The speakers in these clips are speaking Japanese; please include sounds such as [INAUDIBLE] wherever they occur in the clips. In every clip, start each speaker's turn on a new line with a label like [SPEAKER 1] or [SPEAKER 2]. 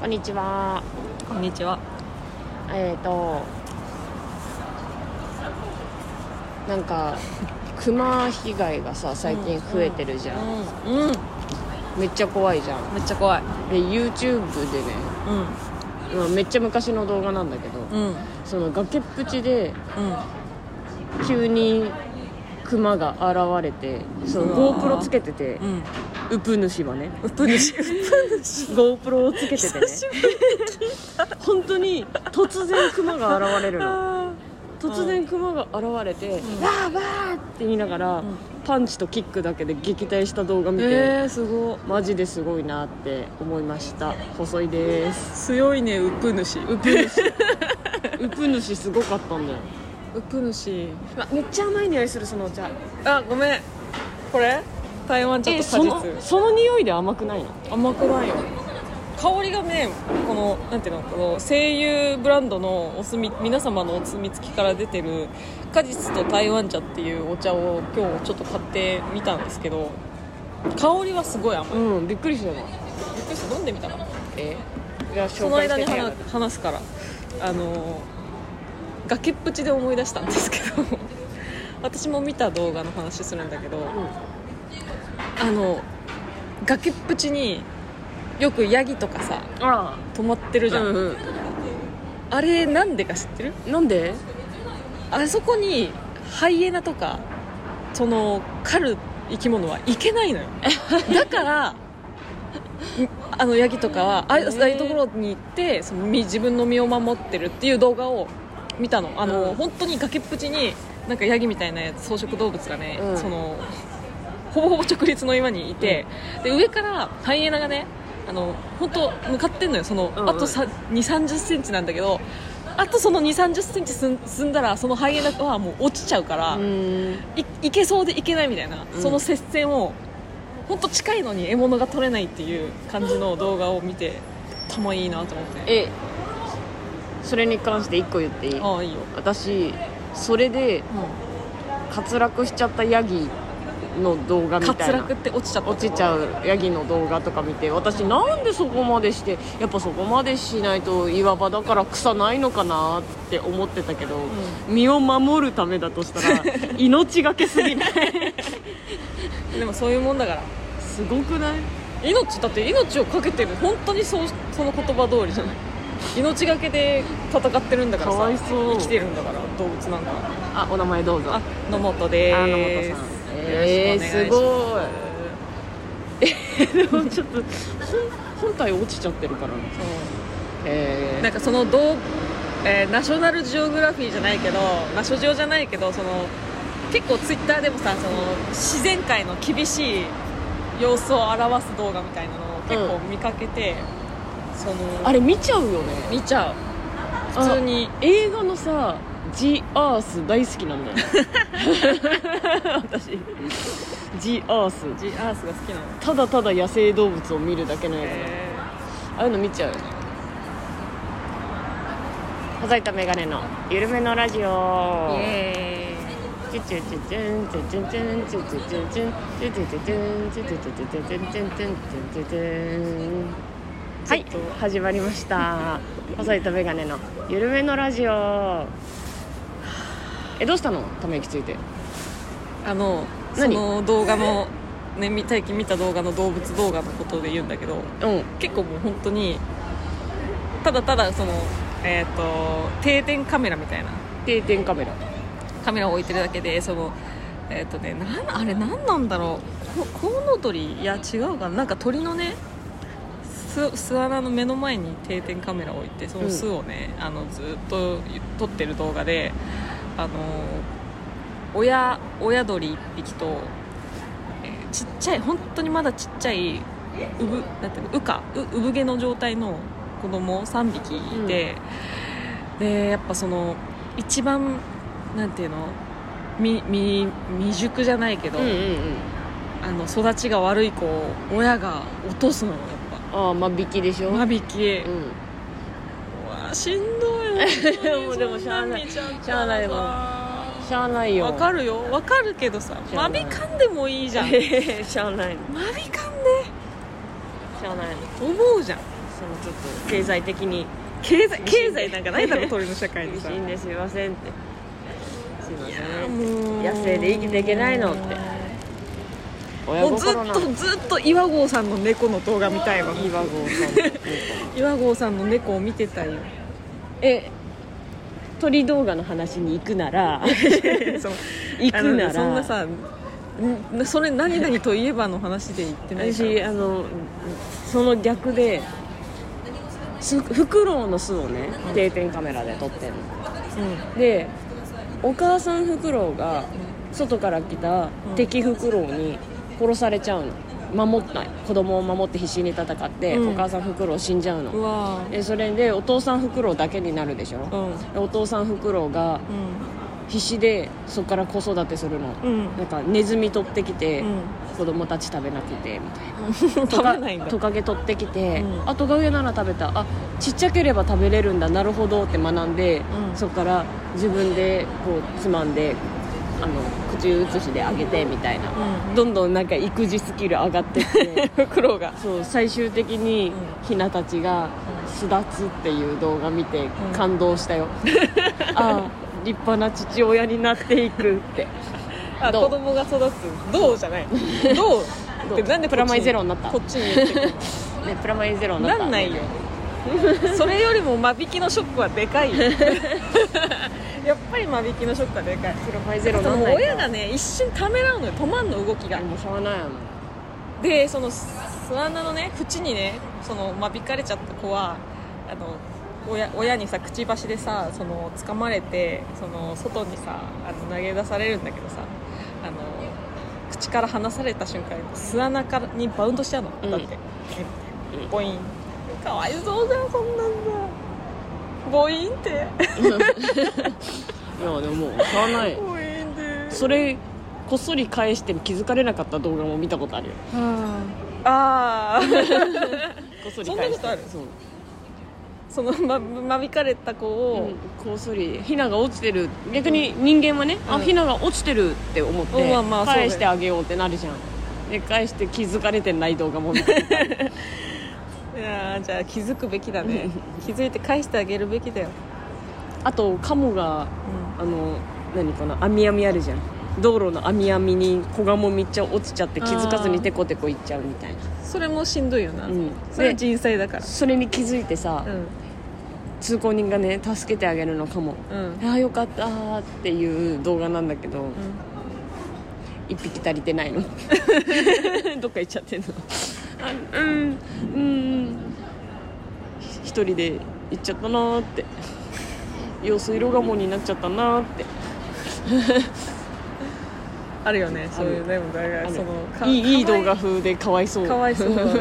[SPEAKER 1] こんにちは。
[SPEAKER 2] こんにちは。
[SPEAKER 1] えっ、と。なんか。熊被害がさ最近増えてるじゃん、
[SPEAKER 2] うん、うん、
[SPEAKER 1] めっちゃ怖いじゃん
[SPEAKER 2] めっちゃ怖い。
[SPEAKER 1] で YouTube でね、まあ、めっちゃ昔の動画なんだけど、
[SPEAKER 2] うん、うん、うん、
[SPEAKER 1] その崖っぷちで急に熊が現れてそうの
[SPEAKER 2] わー
[SPEAKER 1] GoPro つけてて
[SPEAKER 2] うん。
[SPEAKER 1] ウプ主はね
[SPEAKER 2] うっぷぬし。
[SPEAKER 1] GoPro をつけててね本当に突然熊が現れるの
[SPEAKER 2] あ
[SPEAKER 1] 突然熊が現れて「わーわー!」って言いながら、
[SPEAKER 2] ん
[SPEAKER 1] パンチとキックだけで撃退した動画見て、
[SPEAKER 2] えー、すご
[SPEAKER 1] マジですごいなって思いました細いです
[SPEAKER 2] い。強いね、うっぷぬし。うっぷぬし。
[SPEAKER 1] [LAUGHS] ウプ主すごかったんだよ、
[SPEAKER 2] うっぷぬし。
[SPEAKER 1] めっちゃ甘い匂いするそのお茶
[SPEAKER 2] あ、ごめん。これ。台湾茶
[SPEAKER 1] え
[SPEAKER 2] と
[SPEAKER 1] そ
[SPEAKER 2] 果
[SPEAKER 1] の
[SPEAKER 2] 実。
[SPEAKER 1] その匂いで甘くないの
[SPEAKER 2] 甘くないよ。香りがね、この、なんていうの、この声優ブランドのお墨、皆様のお墨付きから出てる。果実と台湾茶っていうお茶を、今日ちょっと買ってみたんですけど。香りはすごい甘い。
[SPEAKER 1] うんびっくりしたよ
[SPEAKER 2] びっくりした飲んでみたら
[SPEAKER 1] えじゃあ
[SPEAKER 2] そ
[SPEAKER 1] 紹
[SPEAKER 2] の
[SPEAKER 1] 介
[SPEAKER 2] 間
[SPEAKER 1] し
[SPEAKER 2] に
[SPEAKER 1] てから
[SPEAKER 2] 話話すからあのー崖っぷちで思い出したんですけど [LAUGHS] 私も見た動画の話するんだけど、あの崖っぷちによくヤギとかさ
[SPEAKER 1] あ
[SPEAKER 2] 止まってるじ
[SPEAKER 1] ら
[SPEAKER 2] ゃん、
[SPEAKER 1] うんうん
[SPEAKER 2] あれなんでか知ってる
[SPEAKER 1] なんで
[SPEAKER 2] あそこにハイエナとかその狩る生き物はいけない
[SPEAKER 1] [LAUGHS]
[SPEAKER 2] のよだからあのヤギとかはああいうああいうところに行ってその身自分の身を守ってるっていう動画を見たのあの、
[SPEAKER 1] うん
[SPEAKER 2] 本当に崖っぷちになんかヤギみたいなやつ草食動物がね、
[SPEAKER 1] うん
[SPEAKER 2] そのほぼほぼ直立の岩にいて、で上からハイエナがねあの本当向かってんのよその、
[SPEAKER 1] うんうん
[SPEAKER 2] あと2 3 0センチなんだけどあとその2 3 0センチ進ん進んだらそのハイエナはもう落ちちゃうから、
[SPEAKER 1] うん
[SPEAKER 2] いいけそうでいけないみたいな、
[SPEAKER 1] うん
[SPEAKER 2] その接戦を本当近いのに獲物が取れないっていう感じの動画を見て頭いいなと思って
[SPEAKER 1] えそれに関して1個言っていい
[SPEAKER 2] ああいいよ、
[SPEAKER 1] 私それで滑落しちゃったヤギの動画みたい
[SPEAKER 2] 滑
[SPEAKER 1] な
[SPEAKER 2] 落って落ちちゃった
[SPEAKER 1] 落ちちゃうヤギの動画とか見て私なんでそこまでしてやっぱそこまでしないと岩場だから草ないのかなって思ってたけど、身を守るためだとしたら [LAUGHS] 命がけすぎない
[SPEAKER 2] でもそういうもんだから
[SPEAKER 1] すごくない
[SPEAKER 2] 命だって命をかけてる本当にそうその言葉通り
[SPEAKER 1] [LAUGHS]
[SPEAKER 2] じゃない命がけで戦ってるんだからさ
[SPEAKER 1] かわいそう
[SPEAKER 2] 生きてるんだから動物なんだから
[SPEAKER 1] あお名前どうぞ
[SPEAKER 2] あ野本で
[SPEAKER 1] あ
[SPEAKER 2] ーす
[SPEAKER 1] えー、す
[SPEAKER 2] い
[SPEAKER 1] ごいでもちょっと [LAUGHS] 本本体落ちちゃってるからねえ
[SPEAKER 2] なんかそのどう、えーナショナルジオグラフィーじゃないけどナショジオじゃないけどその結構ツイッターでもさその自然界の厳しい様子を表す動画みたいなのを結構見かけて、その
[SPEAKER 1] あれ見ちゃうよね
[SPEAKER 2] 見ちゃう普通に
[SPEAKER 1] 映画のさ「ジ・アース」大好きなんだよ [LAUGHS] 私ジ・アース
[SPEAKER 2] ジアースが好きなの
[SPEAKER 1] ただただ野生動物を見るだけのやつ、
[SPEAKER 2] え
[SPEAKER 1] ああいうの見ちゃうよね細いとメガネのゆるめのラジオ
[SPEAKER 2] ー、イエーイ
[SPEAKER 1] チュチュチュチュンチュチュチュンチュチュチュチュンチュチュチュチュンチュチュチュチュチュンチュチュチュンチュチュチュンはい
[SPEAKER 2] ちょっと
[SPEAKER 1] 始まりました [LAUGHS] 細いとメガネのゆるめのラジオえどうしたのため息ついて
[SPEAKER 2] あのそ
[SPEAKER 1] 何
[SPEAKER 2] の動画の、ね、み最近見た動画の動物動画のことで言うんだけど
[SPEAKER 1] うん
[SPEAKER 2] 結構もう本当にただただその、えー、と定点カメラみたいな
[SPEAKER 1] 定点カメラ
[SPEAKER 2] カメラを置いてるだけでそのえっ、とねなんあれ何なんだろうこコウノトリいや違うかななんか鳥のね巣巣穴の目の前に定点カメラを置いてその巣をね、あのずっと撮ってる動画であの親親鳥1匹と、えーちっちゃい本当にまだちっちゃいうぶなんていうの羽化う産毛の状態の子供3匹いて、でやっぱその一番なんていうのみみ未熟じゃないけど、
[SPEAKER 1] うんうんうん
[SPEAKER 2] あの育ちが悪い子を親が落とすのよやっ
[SPEAKER 1] ああ間引きでしょ、
[SPEAKER 2] ぱ間引き、
[SPEAKER 1] う
[SPEAKER 2] うんわしんど
[SPEAKER 1] [LAUGHS]
[SPEAKER 2] い
[SPEAKER 1] もうでもしゃあない
[SPEAKER 2] し
[SPEAKER 1] しゃあないしゃあないよ
[SPEAKER 2] わかるよわかるけどさ
[SPEAKER 1] しゃあ
[SPEAKER 2] 間
[SPEAKER 1] ない
[SPEAKER 2] 引かんでも
[SPEAKER 1] [LAUGHS]
[SPEAKER 2] いいじゃん間
[SPEAKER 1] しゃあないの
[SPEAKER 2] 引かん
[SPEAKER 1] し
[SPEAKER 2] で
[SPEAKER 1] ゃあない
[SPEAKER 2] 思うじゃん
[SPEAKER 1] そのちょっと経済的に
[SPEAKER 2] 経済経済なんかない
[SPEAKER 1] [LAUGHS]
[SPEAKER 2] だろ鳥の社会で
[SPEAKER 1] 厳し
[SPEAKER 2] さ
[SPEAKER 1] いんですいませんってすいません
[SPEAKER 2] もう
[SPEAKER 1] 野生で生きていけないのって親
[SPEAKER 2] もうずっ
[SPEAKER 1] 心な
[SPEAKER 2] とずっと岩合さんの猫の動画見たいわ
[SPEAKER 1] いい和合さんの [LAUGHS] 猫
[SPEAKER 2] 岩合さんの猫を見てたいよ
[SPEAKER 1] え鳥動画の話に行くな
[SPEAKER 2] [LAUGHS]
[SPEAKER 1] ら
[SPEAKER 2] その
[SPEAKER 1] 行くなら
[SPEAKER 2] あのそんなさんそれ何々といえばの話で言ってないから
[SPEAKER 1] 私あのその逆でスフクロウの巣をね定点カメラで撮ってるのでお母さんフクロウが外から来た敵フクロウに殺されちゃうの守った子供を守って必死に戦って、
[SPEAKER 2] うん
[SPEAKER 1] お母さんフクロウ死んじゃう
[SPEAKER 2] うんう
[SPEAKER 1] の
[SPEAKER 2] わ
[SPEAKER 1] でそれでお父さんフクロウだけになるでしょ、
[SPEAKER 2] ーうん
[SPEAKER 1] でお父さんフクロウが必死でそこから子育てするの、
[SPEAKER 2] うんうん
[SPEAKER 1] なんかネズミ取ってきて、
[SPEAKER 2] うん
[SPEAKER 1] 子供たち食べなくてみたいな
[SPEAKER 2] 食べないんだ
[SPEAKER 1] トカゲ取ってきて、
[SPEAKER 2] うん
[SPEAKER 1] あトカゲなら食べたあちっちゃければ食べれるんだなるほどって学んで、
[SPEAKER 2] うん
[SPEAKER 1] そこから自分でこうつまんであの口移しであげてみたいな、
[SPEAKER 2] う
[SPEAKER 1] どんどんなんか育児スキル上がってって [LAUGHS]
[SPEAKER 2] フクロウが
[SPEAKER 1] そう最終的にひなたちが巣立つっていう動画見て
[SPEAKER 2] ん
[SPEAKER 1] 感動したよ、 [LAUGHS] ああ立派な父親になっていくって
[SPEAKER 2] あ
[SPEAKER 1] どう
[SPEAKER 2] 子供が育つどうじゃ
[SPEAKER 1] [LAUGHS]
[SPEAKER 2] ないどう
[SPEAKER 1] どう
[SPEAKER 2] ってなんでこっち
[SPEAKER 1] プラマイゼロになった
[SPEAKER 2] こっちに言ってくる
[SPEAKER 1] ねプラマイゼロになった
[SPEAKER 2] なんないよそれよりも間引きのショックはで
[SPEAKER 1] [LAUGHS]
[SPEAKER 2] かいよやっぱり間引きのショックはでかい
[SPEAKER 1] プラマイゼロに
[SPEAKER 2] そ
[SPEAKER 1] な
[SPEAKER 2] の
[SPEAKER 1] んない
[SPEAKER 2] 親がね一瞬ためらうのよ止まんの動きが
[SPEAKER 1] もうしょうがないよね
[SPEAKER 2] でその巣穴のね縁にねその間引かれちゃった子はあの親親にさくちばしでさその掴まれてその外にさあの投げ出されるんだけどさあの口から離された瞬間巣穴からにバウンドしちゃうの
[SPEAKER 1] うん
[SPEAKER 2] だって、
[SPEAKER 1] うん
[SPEAKER 2] ボインかわいそうじゃんそんなんだボインって
[SPEAKER 1] いやでももうしゃあない
[SPEAKER 2] ボインで
[SPEAKER 1] それこっそり返して気づかれなかった動画も見たことあるよ
[SPEAKER 2] ああ
[SPEAKER 1] こっそり返して
[SPEAKER 2] そんなことある
[SPEAKER 1] そう、
[SPEAKER 2] [LAUGHS] その、ま、間引かれた子を、
[SPEAKER 1] こっそりヒナが落ちてる逆に人間はね、
[SPEAKER 2] う
[SPEAKER 1] あ
[SPEAKER 2] ん
[SPEAKER 1] ヒナが落ちてるって思って、
[SPEAKER 2] うんまあまあそうだよ
[SPEAKER 1] 返してあげようってなるじゃんで返して気づかれてない動画
[SPEAKER 2] [LAUGHS]
[SPEAKER 1] も見た
[SPEAKER 2] いやーじゃあ気づくべきだね気づいて返してあげるべきだよ、
[SPEAKER 1] あとカモがあの何かな網網あるじゃん道路の網網に子がもめっちゃ落ちちゃって気づかずにテコテコいっちゃうみたいな
[SPEAKER 2] それもしんどいよな、
[SPEAKER 1] うん
[SPEAKER 2] それは人災だから
[SPEAKER 1] それに気づいてさ、
[SPEAKER 2] う
[SPEAKER 1] 通行人がね助けてあげるのかも
[SPEAKER 2] んうん
[SPEAKER 1] ああよかったーっていう動画なんだけど、一匹足りてないの
[SPEAKER 2] [LAUGHS]
[SPEAKER 1] どっか行っちゃってんのあうんうんひ一人で行っちゃったなーって用水路がもになっちゃったなーって
[SPEAKER 2] あるよねそういうねもうだからそのか
[SPEAKER 1] いいいい
[SPEAKER 2] かわ
[SPEAKER 1] 動画風でかわいそう
[SPEAKER 2] かわいそう
[SPEAKER 1] [LAUGHS]
[SPEAKER 2] だな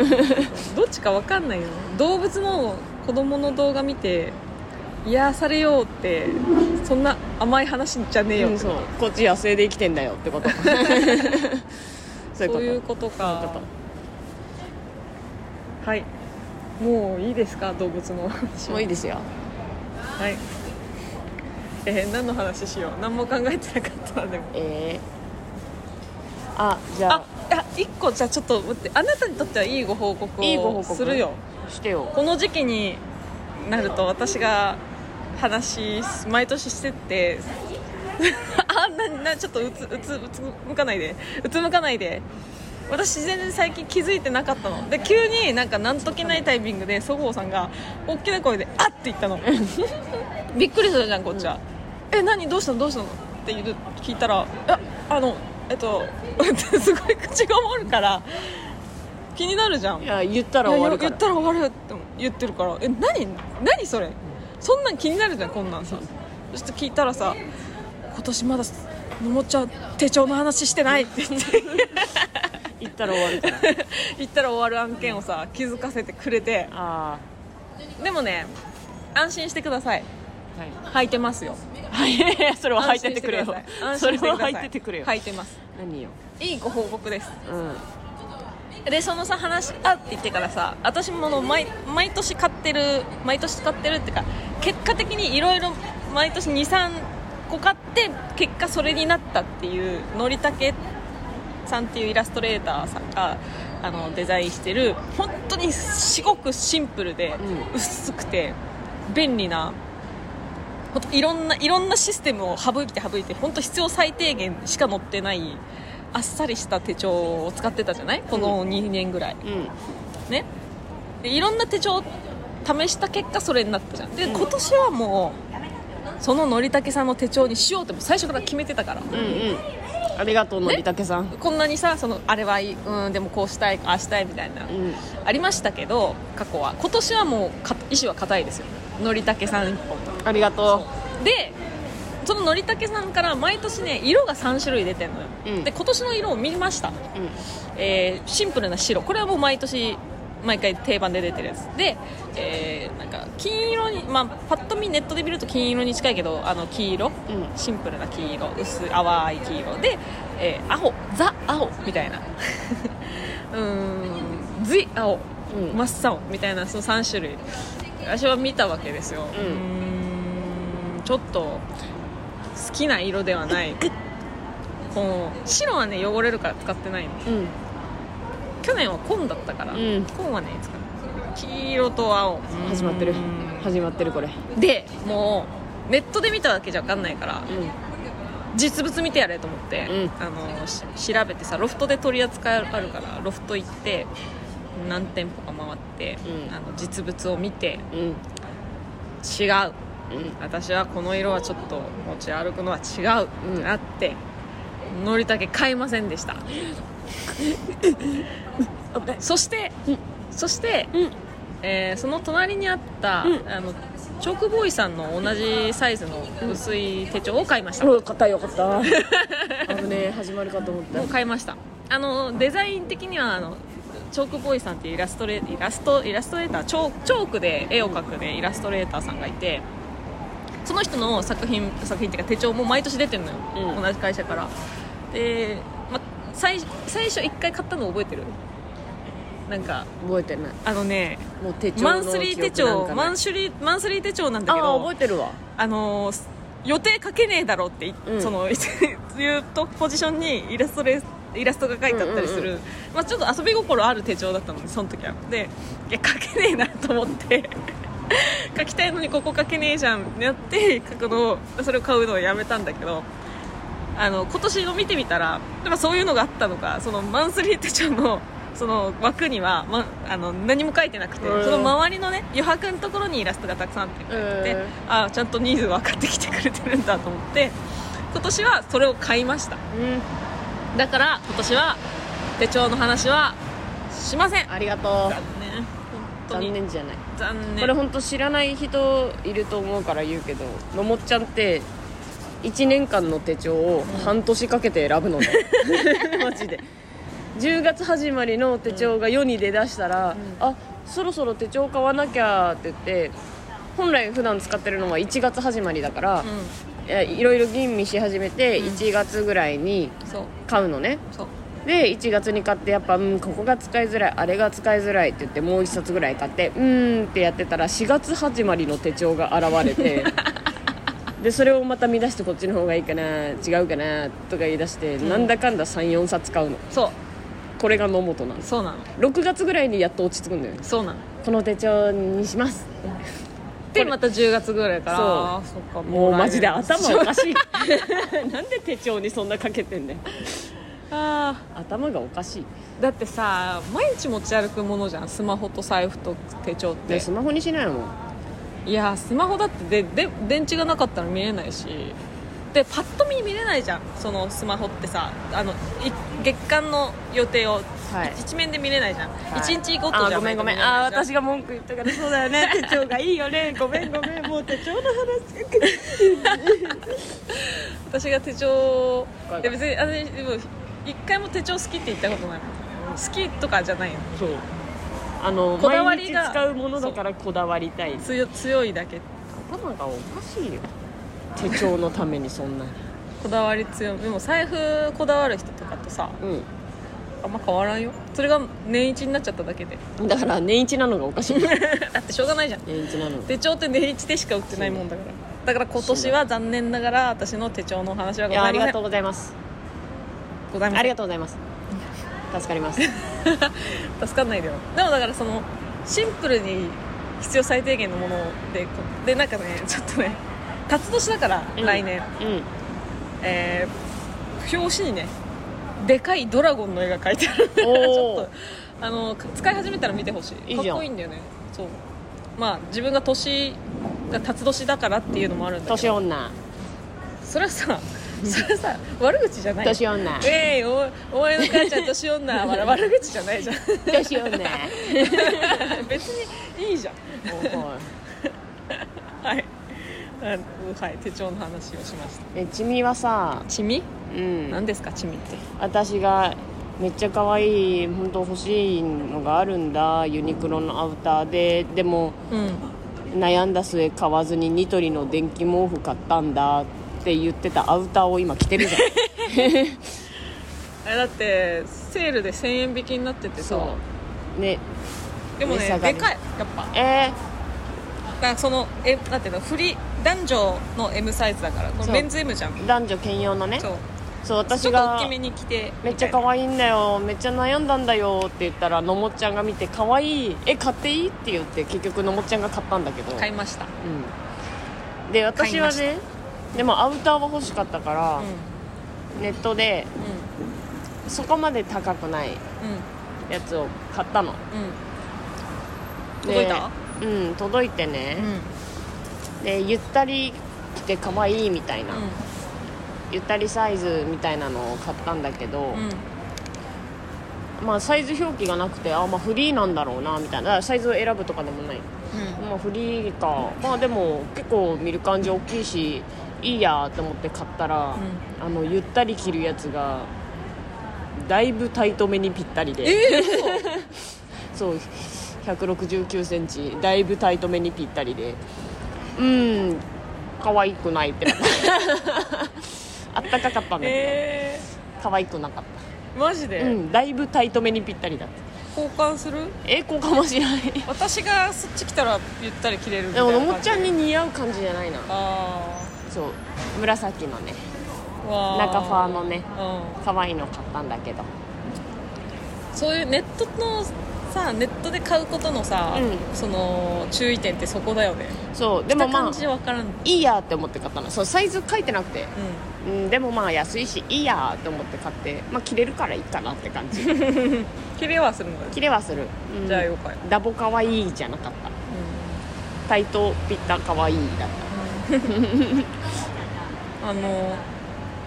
[SPEAKER 2] どっちかわかんないよ動物の子供の動画見て癒されようってそんな甘い話じゃねえよ
[SPEAKER 1] う
[SPEAKER 2] っ
[SPEAKER 1] ん
[SPEAKER 2] て、
[SPEAKER 1] そうこっち野生で生きてんだよって
[SPEAKER 2] [LAUGHS]
[SPEAKER 1] ことそういうこと
[SPEAKER 2] そういうこと
[SPEAKER 1] そういう
[SPEAKER 2] か
[SPEAKER 1] こ
[SPEAKER 2] はいもういいですか動物の話
[SPEAKER 1] ともういいですよ
[SPEAKER 2] はい。えー、何の話しよう。何も考えてなかったわでも。
[SPEAKER 1] えー、あじゃ
[SPEAKER 2] あ
[SPEAKER 1] あ、
[SPEAKER 2] いや一個じゃあちょっと待って。あなたにとってはいいご報告
[SPEAKER 1] いいご報
[SPEAKER 2] を
[SPEAKER 1] 告
[SPEAKER 2] するよ。
[SPEAKER 1] してよ
[SPEAKER 2] この時期になると私が話し毎年してって。 [LAUGHS] あななちょっとうつうつうつむかないでうつむかないで私全然最近気づいてなかったので急になんかなんとけないタイミングでそごうさんが大きな声で「あっ!」って言 [LAUGHS] ったのびっくりするじゃんこっちは「え何どうしたのどうしたの?」って言う聞いたら「ああのえっと [LAUGHS] すごい口が回るから気になるじゃん」
[SPEAKER 1] いや言ったら終わるか
[SPEAKER 2] いや
[SPEAKER 1] ら
[SPEAKER 2] 言ったら終わるって言ってるからえ何何それそんなん気になるじゃんこんなんさそして聞いたらさ今年まだのもちゃん手帳の話してない
[SPEAKER 1] [LAUGHS]
[SPEAKER 2] って言って
[SPEAKER 1] 言ったら終わ
[SPEAKER 2] [LAUGHS]
[SPEAKER 1] るから
[SPEAKER 2] 言ったら終わる案件をさ気づかせてくれて
[SPEAKER 1] あ
[SPEAKER 2] でもね安心してください
[SPEAKER 1] あはい
[SPEAKER 2] 履いてますよ
[SPEAKER 1] はい、 [LAUGHS] それは履いててくれよ
[SPEAKER 2] 安
[SPEAKER 1] そ
[SPEAKER 2] 心
[SPEAKER 1] れ
[SPEAKER 2] してくだ
[SPEAKER 1] は
[SPEAKER 2] さい
[SPEAKER 1] 履いててくれよ、
[SPEAKER 2] 履いてます
[SPEAKER 1] 何よ
[SPEAKER 2] いいご報告です
[SPEAKER 1] うん
[SPEAKER 2] でそのさ話あって言ってからさ私もの毎毎年買ってる毎年使ってるってか結果的にいろいろ毎年23個買って結果それになったっていうのりたけさんっていうイラストレーターさんがああのデザインしてる本当にすごくシンプルで、
[SPEAKER 1] う
[SPEAKER 2] 薄くて便利なほんといろんないろんなシステムを省いて省いて本当必要最低限しか載ってないあっさりした手帳を使ってたじゃないこの2年ぐら
[SPEAKER 1] う
[SPEAKER 2] い、
[SPEAKER 1] ん
[SPEAKER 2] ねでいろんな手帳を試した結果それになったじゃんで
[SPEAKER 1] うん
[SPEAKER 2] 今年はもうそののりたけさんの手帳にしようってもう最初から決めてたから
[SPEAKER 1] うんうんありがとうのりたけさん、
[SPEAKER 2] こんなにさそのあれはいいうんでもこうしたいああしたいみたいな、
[SPEAKER 1] うん
[SPEAKER 2] ありましたけど過去は今年はもうか意思は固いですよのりたけさん一本
[SPEAKER 1] ありがと
[SPEAKER 2] でそののりたけさんから毎年ね色が3種類出てるのよ、
[SPEAKER 1] うん
[SPEAKER 2] で今年の色を見ました、
[SPEAKER 1] う、うん、
[SPEAKER 2] えーシンプルな白これはもう毎年毎回定番で出てるやつで、えーなんか金色に、まあ、パッと見ネットで見ると金色に近いけどあの黄色、
[SPEAKER 1] うん
[SPEAKER 2] シンプルな黄色薄い淡い黄色で、えー、青ザ青みたいな [LAUGHS] うーんズイ青、
[SPEAKER 1] うん
[SPEAKER 2] 真っ青みたいなその3種類私は見たわけですよ、
[SPEAKER 1] うん
[SPEAKER 2] うーんちょっと好きな色で
[SPEAKER 1] [LAUGHS]
[SPEAKER 2] はないこの白はね汚れるから使ってないの
[SPEAKER 1] うん
[SPEAKER 2] 去年は紺だったから、
[SPEAKER 1] うん
[SPEAKER 2] 紺はねいつかな黄色と青
[SPEAKER 1] 始まってる
[SPEAKER 2] うん
[SPEAKER 1] 始まってるこれ
[SPEAKER 2] でもうネットで見たわけじゃ分かんないか
[SPEAKER 1] う
[SPEAKER 2] ら実物見てやれと思って、
[SPEAKER 1] うん
[SPEAKER 2] あのし調べてさロフトで取り扱いあるからロフト行って何店舗か回って、
[SPEAKER 1] うん
[SPEAKER 2] あの実物を見て
[SPEAKER 1] んうん
[SPEAKER 2] 違う私はこの色はちょっと持ち歩くのは違
[SPEAKER 1] う
[SPEAKER 2] う、
[SPEAKER 1] ん
[SPEAKER 2] あってのりたけ買いませんでしたそして、
[SPEAKER 1] うん
[SPEAKER 2] そして、
[SPEAKER 1] うん
[SPEAKER 2] えーその隣にあった、
[SPEAKER 1] うん
[SPEAKER 2] あのチョークボーイさんの同じサイズの薄い手帳を買いました、
[SPEAKER 1] うんよかったよかった [LAUGHS] 危ねえ始まるかと思った
[SPEAKER 2] もう買いましたあのデザイン的にはあのチョークボーイさんっていうイラストレイラストイラストレーターチョーチョークで絵を描く、ね、イラストレーターさんがいてその人の作品作品っていうか手帳も毎年出てるのよ、
[SPEAKER 1] うん
[SPEAKER 2] 同じ会社からで、ま、最最初1回買ったの覚えてるなんか
[SPEAKER 1] 覚えてない
[SPEAKER 2] あのね
[SPEAKER 1] もう手帳の
[SPEAKER 2] マンスリー手
[SPEAKER 1] 記憶なん
[SPEAKER 2] 帳
[SPEAKER 1] かない
[SPEAKER 2] マンスリーマンスリー手帳なんだけど
[SPEAKER 1] ああ覚えてるわ
[SPEAKER 2] あのー予定書けねえだろうってい、
[SPEAKER 1] うん
[SPEAKER 2] その [LAUGHS] いうとポジションにイラストレイラストが書いてあったりする、
[SPEAKER 1] うんうん
[SPEAKER 2] まあ、ちょっと遊び心ある手帳だったのでその時はでいや書けねえなと思って [LAUGHS] 書きたいのにここ書けねえじゃんってなって書くのをそれを買うのをやめたんだけどあの今年を見てみたらでもそういうのがあったのかそのマンスリー手帳のその枠には、ま、あの何も書いてなくて、
[SPEAKER 1] うん
[SPEAKER 2] その周りのね余白のところにイラストがたくさんあってで、
[SPEAKER 1] うん
[SPEAKER 2] ああちゃんとニーズ分かってきてくれてるんだと思って今年はそれを買いました
[SPEAKER 1] うん
[SPEAKER 2] だから今年は手帳の話はしません
[SPEAKER 1] ありがと
[SPEAKER 2] 残念本
[SPEAKER 1] う
[SPEAKER 2] 当
[SPEAKER 1] 残
[SPEAKER 2] に
[SPEAKER 1] 念じゃない
[SPEAKER 2] 残念
[SPEAKER 1] これ本当知らない人いると思うから言うけどのもっちゃんって1年間の手帳を半年かけて選ぶのね、マジ
[SPEAKER 2] [LAUGHS]
[SPEAKER 1] で10月始まりの手帳が世に出だしたら、あそろそろ手帳買わなきゃって言って本来普段使ってるのは1月始まりだから、いやいろいろ吟味し始めて
[SPEAKER 2] うん
[SPEAKER 1] 1月ぐらいに
[SPEAKER 2] うんそう
[SPEAKER 1] 買うのね、
[SPEAKER 2] そう
[SPEAKER 1] で1月に買ってやっぱ、うん、ここが使いづらいあれが使いづらいって言ってもう1冊ぐらい買ってうーんってやってたら4月始まりの手帳が現れ
[SPEAKER 2] [LAUGHS]
[SPEAKER 1] てでそれをまた見出してこっちの方がいいかな違うかなとか言い出して、なんだかんだ34冊買うの
[SPEAKER 2] そう
[SPEAKER 1] これが野本なんです
[SPEAKER 2] そうなの
[SPEAKER 1] 6月ぐらいにやっと落ち着くんだよね
[SPEAKER 2] そうなの
[SPEAKER 1] この手帳にします
[SPEAKER 2] でまた10月ぐらいから
[SPEAKER 1] そう
[SPEAKER 2] あーそっか
[SPEAKER 1] もう
[SPEAKER 2] 来年
[SPEAKER 1] マジで頭おかしい [LAUGHS] なんで手帳にそんなかけてんねん
[SPEAKER 2] [LAUGHS] あ
[SPEAKER 1] 頭がおかしい
[SPEAKER 2] ーだってさ毎日持ち歩くものじゃんスマホと財布と手帳って、
[SPEAKER 1] ねスマホにしないもん
[SPEAKER 2] いやースマホだってでで電池がなかったら見れないしでパッと見見れないじゃんそのスマホってさあのい月間の予定を、
[SPEAKER 1] はい
[SPEAKER 2] 一面で見れないじゃん、
[SPEAKER 1] い
[SPEAKER 2] 一日ごと
[SPEAKER 1] あ
[SPEAKER 2] じゃ
[SPEAKER 1] ごめんごめんあ
[SPEAKER 2] ないと見れない
[SPEAKER 1] 私
[SPEAKER 2] じゃ
[SPEAKER 1] が文句言ったからそうだよ [LAUGHS] ね手帳がいいよねごめんごめんもう手帳の話
[SPEAKER 2] 私が手帳
[SPEAKER 1] 怖い怖い
[SPEAKER 2] で別に私でも一回も手帳好きって言ったことないもん好きとかじゃないよ
[SPEAKER 1] そうあの
[SPEAKER 2] こだわりが
[SPEAKER 1] 毎日使うものだからこだわりたい
[SPEAKER 2] 強強いだけ
[SPEAKER 1] 頭がおかしいよ手帳のためにそんなに
[SPEAKER 2] こだわり強いでも財布こだわる人とかとさあんま変わらんよそれが年一になっちゃっただけで
[SPEAKER 1] うんだから年一なのがおかしい
[SPEAKER 2] だってしょうがないじゃん
[SPEAKER 1] [LAUGHS] 年一なのが
[SPEAKER 2] 手帳って年一でしか売ってないもんだからだから今年は残念ながら私の手帳のお話はいご
[SPEAKER 1] や
[SPEAKER 2] ざ
[SPEAKER 1] あ
[SPEAKER 2] い
[SPEAKER 1] り
[SPEAKER 2] ま
[SPEAKER 1] が
[SPEAKER 2] せん
[SPEAKER 1] とうございます
[SPEAKER 2] ございま
[SPEAKER 1] あ
[SPEAKER 2] せ
[SPEAKER 1] り
[SPEAKER 2] ん
[SPEAKER 1] がとうございます助かります
[SPEAKER 2] 助かんないでよでもだからそのシンプルに必要最低限のものでこでなんかねちょっとね辰年だから、
[SPEAKER 1] うん
[SPEAKER 2] 来年
[SPEAKER 1] うん
[SPEAKER 2] えー表紙にねでかいドラゴンの絵が描いてある [LAUGHS] ち
[SPEAKER 1] おー
[SPEAKER 2] ょっとあの使い始めたら見てほしい
[SPEAKER 1] いいじゃん
[SPEAKER 2] かっこいいんだよねそうまあ自分が年が辰年だからっていうのもあるんだけ
[SPEAKER 1] 年
[SPEAKER 2] ど
[SPEAKER 1] 女
[SPEAKER 2] それはさそれはさ悪口じゃないよ
[SPEAKER 1] 年女
[SPEAKER 2] ええおお前の母ちゃん年女は悪口じゃないじゃん [LAUGHS]
[SPEAKER 1] 年女
[SPEAKER 2] 別にいいじゃん
[SPEAKER 1] おい
[SPEAKER 2] はいあうんはい手帳の話をしました
[SPEAKER 1] えちみはさ、
[SPEAKER 2] チミ、
[SPEAKER 1] う
[SPEAKER 2] 何
[SPEAKER 1] ん、
[SPEAKER 2] ですかチミって
[SPEAKER 1] 私がめっちゃ可愛い本当欲しいのがあるんだユニクロのアウターででも
[SPEAKER 2] うん
[SPEAKER 1] 悩んだ末買わずにニトリの電気毛布買ったんだって言ってたアウターを今着てるじゃん
[SPEAKER 2] [LAUGHS] あれだってセールで1000円引きになっててさ
[SPEAKER 1] そうね
[SPEAKER 2] でも
[SPEAKER 1] 値
[SPEAKER 2] ね
[SPEAKER 1] 下が
[SPEAKER 2] で
[SPEAKER 1] り
[SPEAKER 2] かいやっぱだ
[SPEAKER 1] え
[SPEAKER 2] からそのえなんていうのフリー男女の M サイズだからこ
[SPEAKER 1] そ
[SPEAKER 2] れ
[SPEAKER 1] う
[SPEAKER 2] メンズ M じゃん
[SPEAKER 1] ー、男女兼用のね
[SPEAKER 2] そう
[SPEAKER 1] そう
[SPEAKER 2] ち
[SPEAKER 1] 私
[SPEAKER 2] ょっと大
[SPEAKER 1] が
[SPEAKER 2] きめに着て
[SPEAKER 1] めっちゃ
[SPEAKER 2] かわ
[SPEAKER 1] 可愛いんだよめっちゃ悩んだんだよって言ったらのもっちゃんが見て可愛いえ買っていいって言って結局のもっちゃんが買ったんだけど
[SPEAKER 2] 買いました、
[SPEAKER 1] うん、で私は
[SPEAKER 2] 買い
[SPEAKER 1] ねでもアウターは欲しかったから
[SPEAKER 2] うん、
[SPEAKER 1] ネットで
[SPEAKER 2] う
[SPEAKER 1] そこまで高くない
[SPEAKER 2] ん
[SPEAKER 1] やつを買ったの
[SPEAKER 2] うんうん
[SPEAKER 1] で
[SPEAKER 2] 届いた
[SPEAKER 1] うん届いて
[SPEAKER 2] うん
[SPEAKER 1] ね、でゆったり着て可愛いみたいな、ゆったりサイズみたいなのを買ったんだけど
[SPEAKER 2] う、んうん
[SPEAKER 1] まあサイズ表記がなくてあまあフリーなんだろうなみたいなだからサイズを選ぶとかでもないまあフリーかまあでも結構見る感じ大きいしいいやと思って買ったら、
[SPEAKER 2] う
[SPEAKER 1] あのゆったり着るやつがだいぶタイトめにぴったりで [LAUGHS]
[SPEAKER 2] え
[SPEAKER 1] そう1 6 9ンチだいぶタイトめにぴったりでうん可愛くないってなった
[SPEAKER 2] [LAUGHS]
[SPEAKER 1] あったかかったんだけ
[SPEAKER 2] え
[SPEAKER 1] ど可愛くなかっ
[SPEAKER 2] ー、マジで、
[SPEAKER 1] たうんだいぶタイトめにぴったりだった
[SPEAKER 2] 交換する
[SPEAKER 1] 栄光かもしれない
[SPEAKER 2] 私がそっち来たらゆったり着れるみた
[SPEAKER 1] で
[SPEAKER 2] いな
[SPEAKER 1] もの
[SPEAKER 2] 感じ
[SPEAKER 1] もっちゃんに似合う感じじゃないな
[SPEAKER 2] あ
[SPEAKER 1] そう紫のね
[SPEAKER 2] あわ
[SPEAKER 1] 中ファーのね
[SPEAKER 2] ーうん
[SPEAKER 1] 可愛いの買ったんだけど
[SPEAKER 2] そういうネットのさネットで買うことのさ、
[SPEAKER 1] う
[SPEAKER 2] その注意点ってそこだよね
[SPEAKER 1] そうで
[SPEAKER 2] で
[SPEAKER 1] も
[SPEAKER 2] も、
[SPEAKER 1] ま
[SPEAKER 2] 感
[SPEAKER 1] あ
[SPEAKER 2] じわからん、うん、
[SPEAKER 1] いいやって思って買ったのそうサイズ書いてなくてうん、でもまあ安いしいいやと思って買って、まあ、着れるからいいかなって感じ
[SPEAKER 2] [LAUGHS] 切れはするのよ
[SPEAKER 1] 着れはする、うん
[SPEAKER 2] じゃあよかよ、
[SPEAKER 1] ダボかわいいじゃなかった
[SPEAKER 2] う
[SPEAKER 1] タイトピッタかわいいだっ
[SPEAKER 2] んあの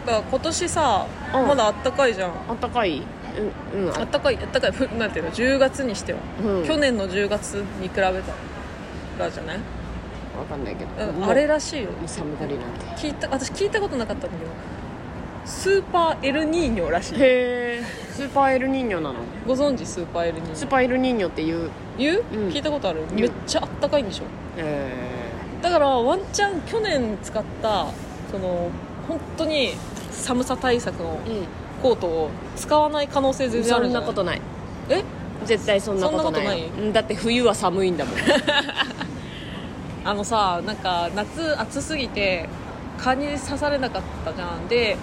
[SPEAKER 2] だから今年さ、
[SPEAKER 1] うん
[SPEAKER 2] まだあったかいじゃん
[SPEAKER 1] たあったかいうんうん
[SPEAKER 2] あ
[SPEAKER 1] あ
[SPEAKER 2] ったかいあったかいふなんていうの10月にしては、
[SPEAKER 1] うん
[SPEAKER 2] 去年の10月に比べたらじゃない、
[SPEAKER 1] わかんないけど、
[SPEAKER 2] うん
[SPEAKER 1] もう
[SPEAKER 2] あれらしいよ
[SPEAKER 1] もう寒がりなんで
[SPEAKER 2] 聞いた私聞いたことなかったんだけどスーパーエルニーニョらしい
[SPEAKER 1] へえスーパーエルニーニョなの
[SPEAKER 2] ご存知スーパーエルニーニ
[SPEAKER 1] スー
[SPEAKER 2] ョ
[SPEAKER 1] パーエルニーニョっていう
[SPEAKER 2] 言う、
[SPEAKER 1] うん
[SPEAKER 2] 聞いたことある
[SPEAKER 1] 言
[SPEAKER 2] め
[SPEAKER 1] う
[SPEAKER 2] っちゃあったかいんでしょ
[SPEAKER 1] え
[SPEAKER 2] だからワンチャン去年使ったその本当に寒さ対策の
[SPEAKER 1] ー
[SPEAKER 2] コートを使わない可能性全然あ
[SPEAKER 1] そ
[SPEAKER 2] る
[SPEAKER 1] ん
[SPEAKER 2] じ
[SPEAKER 1] な
[SPEAKER 2] ゃな
[SPEAKER 1] こ
[SPEAKER 2] い
[SPEAKER 1] とない
[SPEAKER 2] え
[SPEAKER 1] 絶対そんなことない
[SPEAKER 2] そんなこと
[SPEAKER 1] うんだって冬は寒いんだもん
[SPEAKER 2] あのさなんか夏暑すぎて蚊に刺されなかったじゃんで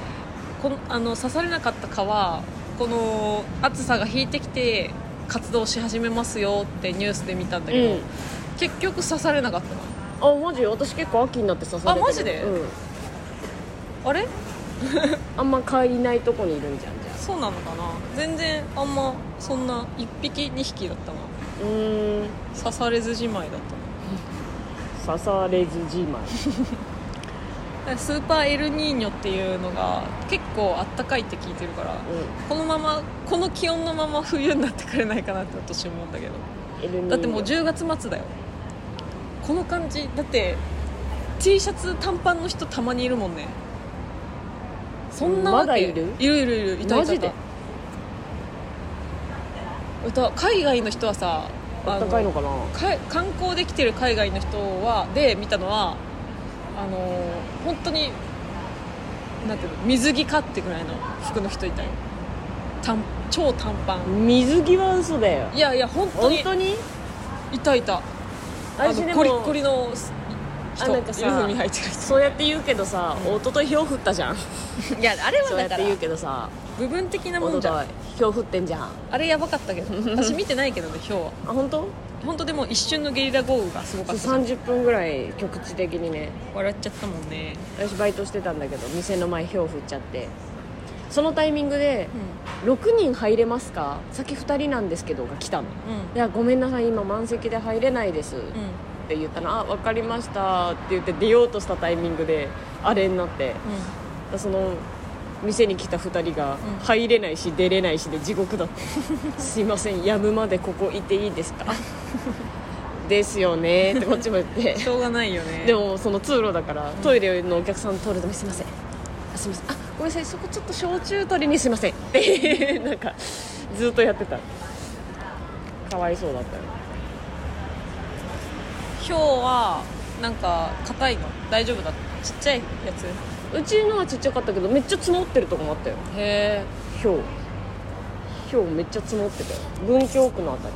[SPEAKER 2] このあの刺されなかった蚊はこの暑さが引いてきて活動し始めますよってニュースで見たんだけど、
[SPEAKER 1] うん
[SPEAKER 2] 結局刺されなかったの
[SPEAKER 1] あマジ私結構秋になって刺されてる
[SPEAKER 2] あマジで
[SPEAKER 1] うん、
[SPEAKER 2] あれ
[SPEAKER 1] あんま蚊いないとこにいるんじゃんじゃ
[SPEAKER 2] そうなのかな全然あんまそんな1匹2匹だったな
[SPEAKER 1] あうーん
[SPEAKER 2] 刺されずじまいだっ
[SPEAKER 1] 刺
[SPEAKER 2] た
[SPEAKER 1] されずじまい
[SPEAKER 2] なスーパーエルニーニョっていうのが結構あったかいって聞いてるから
[SPEAKER 1] う
[SPEAKER 2] このままこの気温のまま冬になってくれないかなって私思うんだけど
[SPEAKER 1] んエルニー [LAUGHS] ニョ
[SPEAKER 2] だってもう10月末だよこの感じだって T シャツ短パンの人たまにいるもんねそんなわけ
[SPEAKER 1] まだいる
[SPEAKER 2] いるいるいるいたいたいた
[SPEAKER 1] マジで
[SPEAKER 2] いた海外の人はさあ
[SPEAKER 1] あったかいのかな
[SPEAKER 2] かい観光で来てる海外の人はで見たのはあのー本当になんていうの水着かってぐらいの服の人いたよ短超短パン
[SPEAKER 1] 水着は嘘だよ
[SPEAKER 2] いやいや本当
[SPEAKER 1] 本
[SPEAKER 2] に
[SPEAKER 1] 当に
[SPEAKER 2] いたいたあ
[SPEAKER 1] 私で
[SPEAKER 2] の
[SPEAKER 1] も
[SPEAKER 2] コリッコリの
[SPEAKER 1] あ
[SPEAKER 2] 人
[SPEAKER 1] なんかさ
[SPEAKER 2] 湯踏み入ってる
[SPEAKER 1] [LAUGHS] そうやって言うけどさ、一昨日ひょう降ったじゃん
[SPEAKER 2] 人いやあれ
[SPEAKER 1] そうやって言うけどさ
[SPEAKER 2] 部分的な
[SPEAKER 1] お
[SPEAKER 2] もん
[SPEAKER 1] と
[SPEAKER 2] じゃ
[SPEAKER 1] と
[SPEAKER 2] ん
[SPEAKER 1] い今日降ってんじゃんあ
[SPEAKER 2] あれやばかったけど [LAUGHS] 私見てないけどね今日は
[SPEAKER 1] 本当
[SPEAKER 2] 本当でも一瞬のゲリラ豪雨がすごか
[SPEAKER 1] そう
[SPEAKER 2] ったじゃん
[SPEAKER 1] 30分ぐらい局地的にね
[SPEAKER 2] 笑っちゃったもんね、
[SPEAKER 1] 私バイトしてたんだけど店の前ひょう降っちゃってそのタイミングで「6人入れますか先2人なんですけど」が来たの「
[SPEAKER 2] うん
[SPEAKER 1] いやごめんなさい今満席で入れないです」
[SPEAKER 2] うんうん
[SPEAKER 1] って言ったら「あ分かりました」って言って出ようとしたタイミングであれになってその店に来た2人が
[SPEAKER 2] うん
[SPEAKER 1] 入れないし出れないしで地獄だった
[SPEAKER 2] [LAUGHS]
[SPEAKER 1] すいませんやむまでここいていいですか [LAUGHS] ですよねってこっちも言って
[SPEAKER 2] しょうがない [LAUGHS] よね
[SPEAKER 1] でもその通路だからトイレのお客さん通るためすいませんあすいませんあごめんなさいそこちょっと焼酎取りにすいませんってなんかずっとやってたかわいそうだったよ
[SPEAKER 2] 今日はなんか硬いの大丈夫だったちっちゃいやつへ
[SPEAKER 1] うちのはちっちゃかったけどめっちゃ積もってるとこもあったよ
[SPEAKER 2] え
[SPEAKER 1] ひょうひょうめっちゃ積もってたよ文京区のあたり
[SPEAKER 2] へ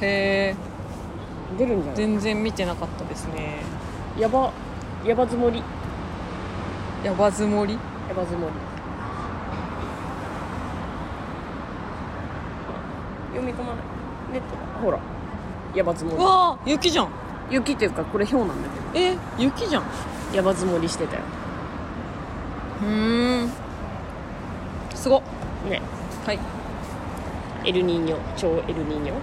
[SPEAKER 2] え
[SPEAKER 1] 出るんじゃない
[SPEAKER 2] 全然見てなかったですね
[SPEAKER 1] やばやば積もりや
[SPEAKER 2] やば積もり
[SPEAKER 1] ば積もり読み込まないネットだほらやば積もり
[SPEAKER 2] わあ雪じゃん
[SPEAKER 1] 雪っていうかこれひょうなんだけ
[SPEAKER 2] え雪じゃんう
[SPEAKER 1] ど山積もりしてたよ
[SPEAKER 2] ーんすごっ
[SPEAKER 1] ね
[SPEAKER 2] はい
[SPEAKER 1] エルニーニョ超エルニーニョ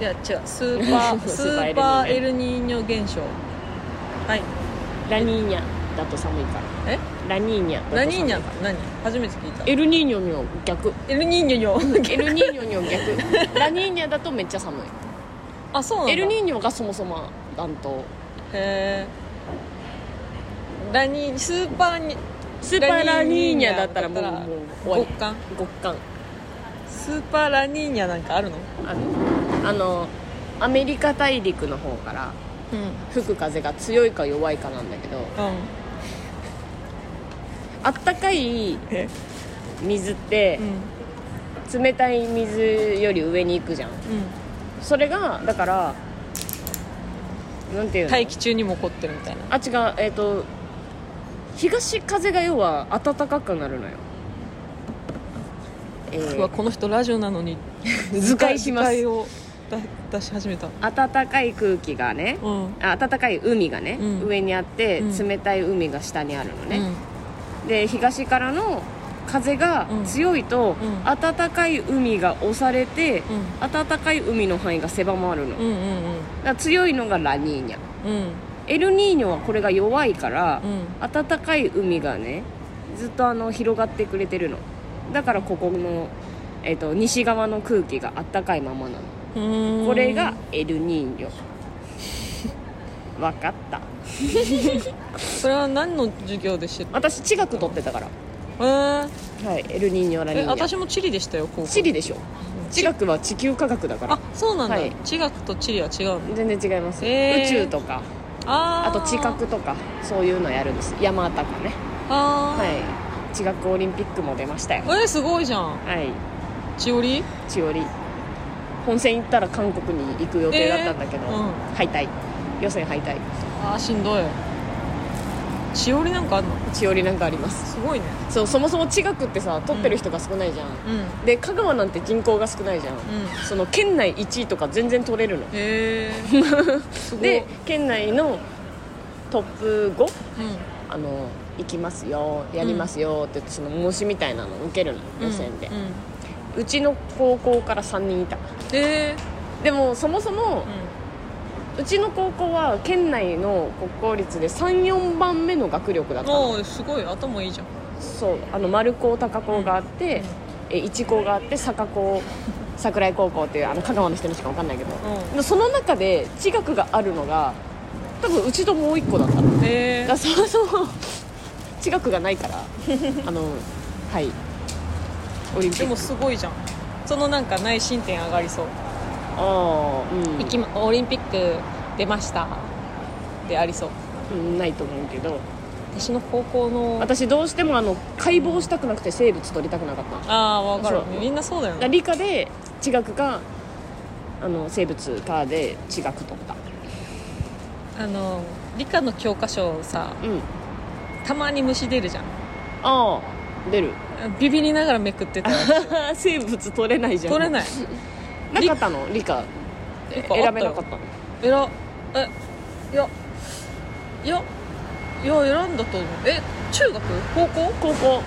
[SPEAKER 2] い [LAUGHS] や違うスーパース
[SPEAKER 1] スーパーエルニーニョ
[SPEAKER 2] ーパーエルニーニョ現象はい
[SPEAKER 1] ラニーニャだと寒いか
[SPEAKER 2] え
[SPEAKER 1] らラニーニャだと寒い
[SPEAKER 2] ラニーニャが何初めて聞いた
[SPEAKER 1] エルニーニョの逆
[SPEAKER 2] エルニーニョよ
[SPEAKER 1] エルニーニョの [LAUGHS] 逆ラニーニャだとめっちゃ寒
[SPEAKER 2] [LAUGHS] あそうな
[SPEAKER 1] い
[SPEAKER 2] んだ
[SPEAKER 1] エルニーニョがそもそも暖冬
[SPEAKER 2] へーラニースーパーに
[SPEAKER 1] スーパーラニーニャだったらもう
[SPEAKER 2] ラニーニ
[SPEAKER 1] もう
[SPEAKER 2] ャだったら
[SPEAKER 1] 終わり
[SPEAKER 2] 極寒
[SPEAKER 1] 極寒
[SPEAKER 2] スーパーラニーニャなんかあるの
[SPEAKER 1] あのあのアメリカ大陸の方から
[SPEAKER 2] うんうん
[SPEAKER 1] 吹く風が強いか弱いかなんだけどあったかい
[SPEAKER 2] え
[SPEAKER 1] 水って
[SPEAKER 2] うん
[SPEAKER 1] 冷たい水より上に行くじゃんそれがだからなんていううんの
[SPEAKER 2] 大気中にも起こってるみたい
[SPEAKER 1] あ
[SPEAKER 2] な
[SPEAKER 1] 違うえっ、と東風が要は暖かくなるのよ、え
[SPEAKER 2] うわ
[SPEAKER 1] ー、
[SPEAKER 2] この人ラジオなのに
[SPEAKER 1] 図解しま
[SPEAKER 2] 図解
[SPEAKER 1] す
[SPEAKER 2] をだ出し始めた
[SPEAKER 1] 暖かい空気がね
[SPEAKER 2] うん
[SPEAKER 1] あ暖かい海がね、
[SPEAKER 2] うん
[SPEAKER 1] 上にあって、
[SPEAKER 2] うん
[SPEAKER 1] 冷たい海が下にあるのね、で東からの風が強いと、
[SPEAKER 2] うんうん
[SPEAKER 1] 暖かい海が押されて、
[SPEAKER 2] うん
[SPEAKER 1] 暖かい海の範囲が狭まるの、だ
[SPEAKER 2] うんうんうん
[SPEAKER 1] から強いのがラニーニャ
[SPEAKER 2] うん
[SPEAKER 1] エルニーニョはこれが弱いから、
[SPEAKER 2] うん
[SPEAKER 1] 暖かい海がねずっとあの広がってくれてるのだからここの、えっと西側の空気が暖かいままなの
[SPEAKER 2] うーん
[SPEAKER 1] これがエルニーニョわかった
[SPEAKER 2] それは何の授業で知った
[SPEAKER 1] 私地学取ってたから
[SPEAKER 2] えー、
[SPEAKER 1] はいエルニーニョラニー
[SPEAKER 2] え
[SPEAKER 1] ニャ
[SPEAKER 2] 私もチリでしたよ高校
[SPEAKER 1] 地理でしょ地学は地球科学だから
[SPEAKER 2] あそうなんだ、
[SPEAKER 1] はい
[SPEAKER 2] 地学と地理は違うの
[SPEAKER 1] 全然違います、
[SPEAKER 2] へー
[SPEAKER 1] 宇宙とか
[SPEAKER 2] あ
[SPEAKER 1] あ
[SPEAKER 2] ー
[SPEAKER 1] と地学とかそういうのやるんです山とかね
[SPEAKER 2] あー、
[SPEAKER 1] はい地学オリンピックも出ましたよ
[SPEAKER 2] えーすごいじゃん
[SPEAKER 1] はい
[SPEAKER 2] 地より
[SPEAKER 1] 千織本戦行ったら韓国に行く予定だったんだけど、
[SPEAKER 2] えーうん
[SPEAKER 1] 敗退予選敗退
[SPEAKER 2] あーしんどい地よりなんかあんの
[SPEAKER 1] 千織なんかあります
[SPEAKER 2] すごいね
[SPEAKER 1] そうそもそも地学ってさ取ってる人が少ないじゃん、
[SPEAKER 2] うんうん
[SPEAKER 1] で香川なんて人口が少ないじゃん、その県内1位とか全然取れるの
[SPEAKER 2] へえすごい
[SPEAKER 1] で県内のトップ 5?
[SPEAKER 2] うん
[SPEAKER 1] あの行きますよやりますよって言ってその模試みたいなの受けるの予選で、
[SPEAKER 2] う
[SPEAKER 1] うん
[SPEAKER 2] うん
[SPEAKER 1] ちの高校から3人いた
[SPEAKER 2] へえ
[SPEAKER 1] でもそもそもうちの高校は県内の国公立で34番目の学力だったの
[SPEAKER 2] ああすごい頭いいじゃん
[SPEAKER 1] そうあの丸高高校があって、え一高があって坂高桜井高校っていうあの香川の人にしか分かんないけど、
[SPEAKER 2] うん
[SPEAKER 1] でその中で地学があるのが多分うちともう一個だったの
[SPEAKER 2] へえ
[SPEAKER 1] だからそもそも地学がないからあのはいオリンピ
[SPEAKER 2] で
[SPEAKER 1] ッ
[SPEAKER 2] も
[SPEAKER 1] ク
[SPEAKER 2] すごいじゃんそのなんか内申点上がりそう、
[SPEAKER 1] ああうん
[SPEAKER 2] いきま、オリンピック出ましたでありそう
[SPEAKER 1] うんないと思うけど
[SPEAKER 2] 私の高校の
[SPEAKER 1] 私どうしてもあの解剖したくなくて生物取りたくなかったのだか
[SPEAKER 2] ああわかる
[SPEAKER 1] そう
[SPEAKER 2] みんなそうだよ
[SPEAKER 1] ら
[SPEAKER 2] ね
[SPEAKER 1] 理科で地学かあの生物科で地学取った
[SPEAKER 2] あの理科の教科書さ
[SPEAKER 1] うん
[SPEAKER 2] たまに虫出るじゃん
[SPEAKER 1] ああ出る
[SPEAKER 2] ビビりながらめくってた
[SPEAKER 1] [LAUGHS] 生物取れないじゃん
[SPEAKER 2] 取れない
[SPEAKER 1] なかったの理科
[SPEAKER 2] 理科
[SPEAKER 1] 選べなかったの
[SPEAKER 2] えらえいやいやいや選んだと思うえ中学高校
[SPEAKER 1] 高校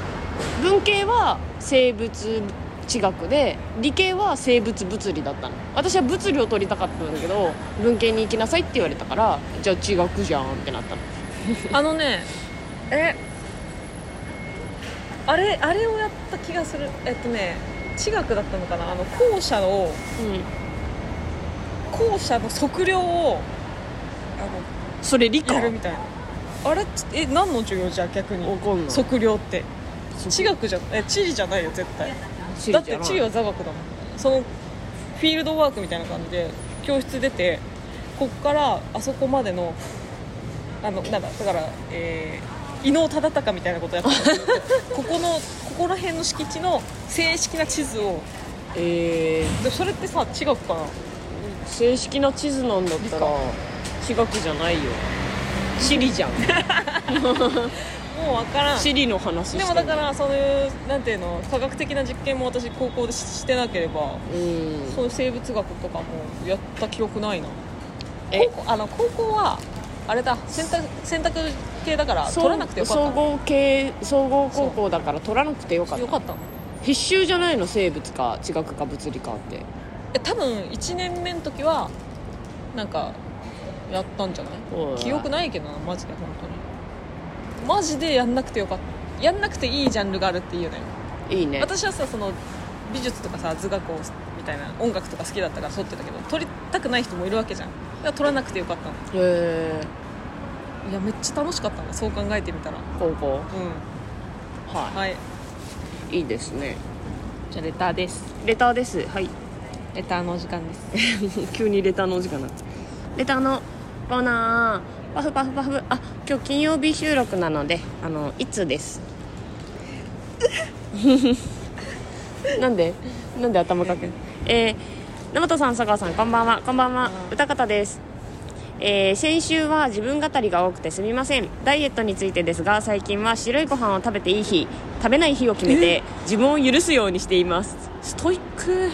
[SPEAKER 1] 文系は生物地学で理系は生物物理だったの私は物理を取りたかったんだけど文系に行きなさいって言われたからじゃあ地学じゃんってなったの
[SPEAKER 2] あのねえあれあれをやった気がするえっとね地学だったのかなあの校舎を
[SPEAKER 1] うん
[SPEAKER 2] 校舎の測量を
[SPEAKER 1] それ理
[SPEAKER 2] あの
[SPEAKER 1] 科
[SPEAKER 2] やるみたいなあれちえ何の授業じゃあ逆に
[SPEAKER 1] わかんない
[SPEAKER 2] 測量って
[SPEAKER 1] そ
[SPEAKER 2] 地学じゃえ地理じゃないよ絶対
[SPEAKER 1] 地
[SPEAKER 2] だ
[SPEAKER 1] 理
[SPEAKER 2] っ
[SPEAKER 1] じ
[SPEAKER 2] て
[SPEAKER 1] ゃない
[SPEAKER 2] 地理は座学だもんそのフィールドワークみたいな感じで教室出てこっからあそこまでのあのなんだだから、えー伊能忠敬みたいなことやってたんですけどここのここら辺の敷地の正式な地図を
[SPEAKER 1] え
[SPEAKER 2] でそれってさ地学かな
[SPEAKER 1] ー、正式な地図なんだったら地学じゃないよ地理
[SPEAKER 2] [LAUGHS]
[SPEAKER 1] じゃん
[SPEAKER 2] もう分からん
[SPEAKER 1] 地理の話して
[SPEAKER 2] で
[SPEAKER 1] る
[SPEAKER 2] もだからそういうなんていうの科学的な実験も私高校でししてなければ
[SPEAKER 1] うん
[SPEAKER 2] そういう生物学とかもやった記憶ないな
[SPEAKER 1] え
[SPEAKER 2] 高校あの高校はあれだ選択選択系だから取らなくてよかった
[SPEAKER 1] 総合系総合高校だから取らなくてよかった
[SPEAKER 2] よかったの
[SPEAKER 1] 必修じゃないの生物か地学か物理かって
[SPEAKER 2] え多分1年目の時はなんかやったんじゃない
[SPEAKER 1] おい
[SPEAKER 2] 記憶ないけどなマジで本当にマジでやんなくてよかったやんなくていいジャンルがあるっていいよね
[SPEAKER 1] いいね
[SPEAKER 2] 私はさその美術とかさ図学をみたいな音楽とか好きだったからそってたけど取りたくない人もいるわけじゃんだから取らなくてよかったの
[SPEAKER 1] へえ
[SPEAKER 2] いやめっちゃ楽しかったのそう考えてみたらう
[SPEAKER 1] 高校
[SPEAKER 2] ん
[SPEAKER 1] は
[SPEAKER 2] はい
[SPEAKER 1] いいいですね
[SPEAKER 2] じゃあレターです
[SPEAKER 1] レターですはい
[SPEAKER 2] レターのお時間です
[SPEAKER 1] [LAUGHS] 急にレターのお時間になったレターのコーナーパフパフパフあ今日金曜日収録なのであのいつです [LAUGHS] なんでなんで頭かけえー、根本さん佐川さんこんばんはこんばんは歌方ですえー先週は自分語りが多くてすみませんダイエットについてですが最近は白いご飯を食べていい日食べない日を決めて自分を許すようにしていますストイック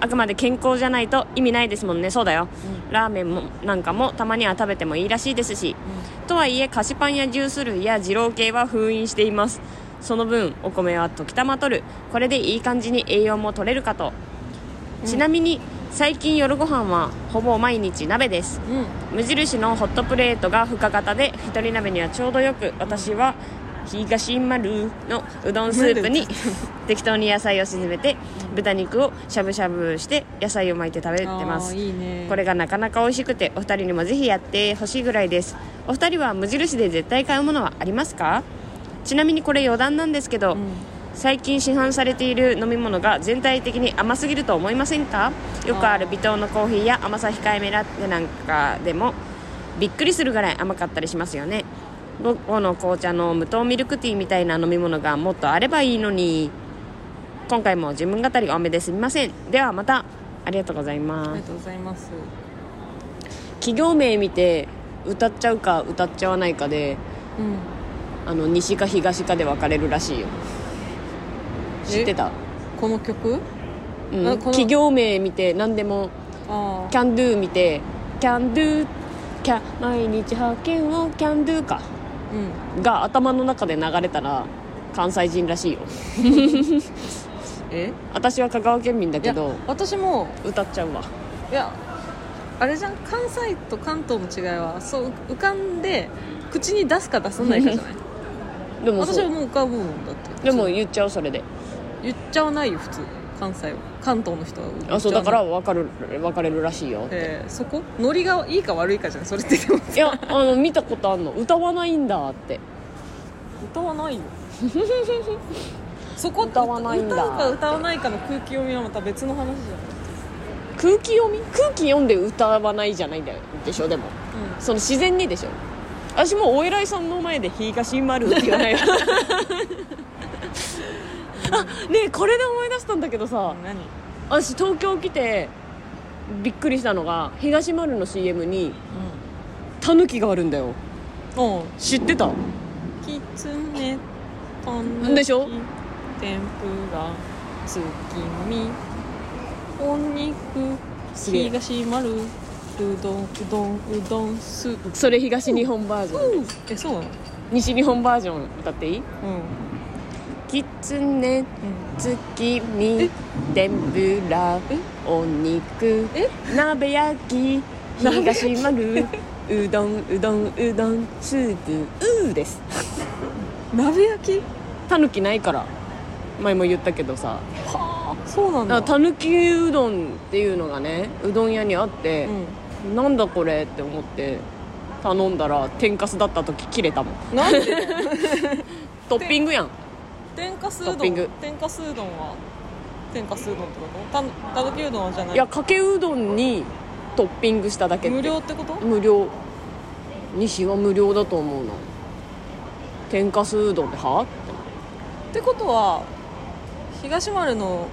[SPEAKER 1] あくまで健康じゃないと意味ないですもんねそうだよ、ラーメンもなんかもたまには食べてもいいらしいですし、とはいえ菓子パンやジュース類や二郎系は封印していますその分お米は時たま取るこれでいい感じに栄養も取れるかと、ちなみに最近夜ご飯はほぼ毎日鍋です
[SPEAKER 2] うん
[SPEAKER 1] 無印のホットプレートが深型で一人鍋にはちょうどよく私は東丸のうどんスープに [LAUGHS] 適当に野菜を沈めて豚肉をしゃぶしゃぶして野菜を巻いて食べてます
[SPEAKER 2] いいね
[SPEAKER 1] これがなかなか美味しくてお二人にもぜひやってほしいぐらいですお二人は無印で絶対買うものはありますかちなみにこれ余談なんですけど、最近市販されている飲み物が全体的に甘すぎると思いませんかよくある微糖のコーヒーや甘さ控えめラテなんかでもびっくりするぐらい甘かったりしますよね午後の紅茶の無糖ミルクティーみたいな飲み物がもっとあればいいのに今回も自分語りが多めですみませんではまたありがとうござい
[SPEAKER 2] あ
[SPEAKER 1] ます
[SPEAKER 2] りがとうございます
[SPEAKER 1] 企業名見て歌っちゃうか歌っちゃわないかで
[SPEAKER 2] うん
[SPEAKER 1] あの西か東かで分かれるらしいよ知ってた、
[SPEAKER 2] この曲
[SPEAKER 1] う
[SPEAKER 2] あこ
[SPEAKER 1] ん、
[SPEAKER 2] の
[SPEAKER 1] 企業名見て何でも
[SPEAKER 2] あ
[SPEAKER 1] 「
[SPEAKER 2] あ
[SPEAKER 1] CANDO 見て「CANDO キャ毎日派遣を「CANDO か
[SPEAKER 2] うん
[SPEAKER 1] が頭の中で流れたら関西人らしいよ
[SPEAKER 2] え
[SPEAKER 1] 私は香川県民だ
[SPEAKER 2] い
[SPEAKER 1] け
[SPEAKER 2] や
[SPEAKER 1] ど
[SPEAKER 2] 私も
[SPEAKER 1] 歌っちゃうわ
[SPEAKER 2] いやあれじゃん関西と関東の違いはそう浮かんで口に出すか出さないかじゃない
[SPEAKER 1] でも
[SPEAKER 2] 私
[SPEAKER 1] そ
[SPEAKER 2] は
[SPEAKER 1] う
[SPEAKER 2] もう浮かぶもんだって
[SPEAKER 1] でも
[SPEAKER 2] そう
[SPEAKER 1] 言っちゃうそれで
[SPEAKER 2] 言っちゃわないよ普通関西は関東の人は言っちゃわない
[SPEAKER 1] あそうだから分かる分かれるらしいよ
[SPEAKER 2] えーそこノリがいいか悪いかじゃんそれってでも
[SPEAKER 1] いやあの見たことあんの歌わないんだって
[SPEAKER 2] 歌
[SPEAKER 1] [LAUGHS]
[SPEAKER 2] わないよそこ
[SPEAKER 1] 歌わないんだ
[SPEAKER 2] 歌うか歌わないかの空気読みはまた別の話じゃん
[SPEAKER 1] 空気読み空気読んで歌わないじゃないんだよでしょでもその自然にでしょ私もうお偉いさんの前で「東丸」って言わない [LAUGHS] よあねえこれで思い出したんだけどさ
[SPEAKER 2] 何
[SPEAKER 1] 私東京来てびっくりしたのが東丸の CM にタヌキがあるんだよ
[SPEAKER 2] うん
[SPEAKER 1] 知ってた
[SPEAKER 2] キツネポン
[SPEAKER 1] でしょ
[SPEAKER 2] 天ぷら月見お肉
[SPEAKER 1] すげえ
[SPEAKER 2] 東丸うどんうどんうどんスープ
[SPEAKER 1] それ東日本バージョン
[SPEAKER 2] えそうなの
[SPEAKER 1] 西日本バージョン歌っていい
[SPEAKER 2] うん
[SPEAKER 1] きつね月
[SPEAKER 2] え
[SPEAKER 1] 見天ぷら
[SPEAKER 2] え
[SPEAKER 1] お肉
[SPEAKER 2] え [LAUGHS]
[SPEAKER 1] 鍋焼き東丸うどんうどんうどんスープうーです
[SPEAKER 2] 鍋焼き
[SPEAKER 1] たぬきないから前も言ったけどさ
[SPEAKER 2] はあそうなんだ
[SPEAKER 1] たぬきうどんっていうのがねうどん屋にあって
[SPEAKER 2] う、ん
[SPEAKER 1] なんだこれって思って頼んだら天かすだった時切れたもん
[SPEAKER 2] なんで
[SPEAKER 1] トッピングやん
[SPEAKER 2] 天かすう
[SPEAKER 1] トッ
[SPEAKER 2] ど
[SPEAKER 1] ピング
[SPEAKER 2] ん天かすうどんは天かすうどんってことたぬたぬきうどんはじゃない
[SPEAKER 1] いやかけうどんにトッピングしただけって
[SPEAKER 2] 無料ってこと
[SPEAKER 1] 無料西は無料だと思うな天かすうどんでは
[SPEAKER 2] ってことは東丸の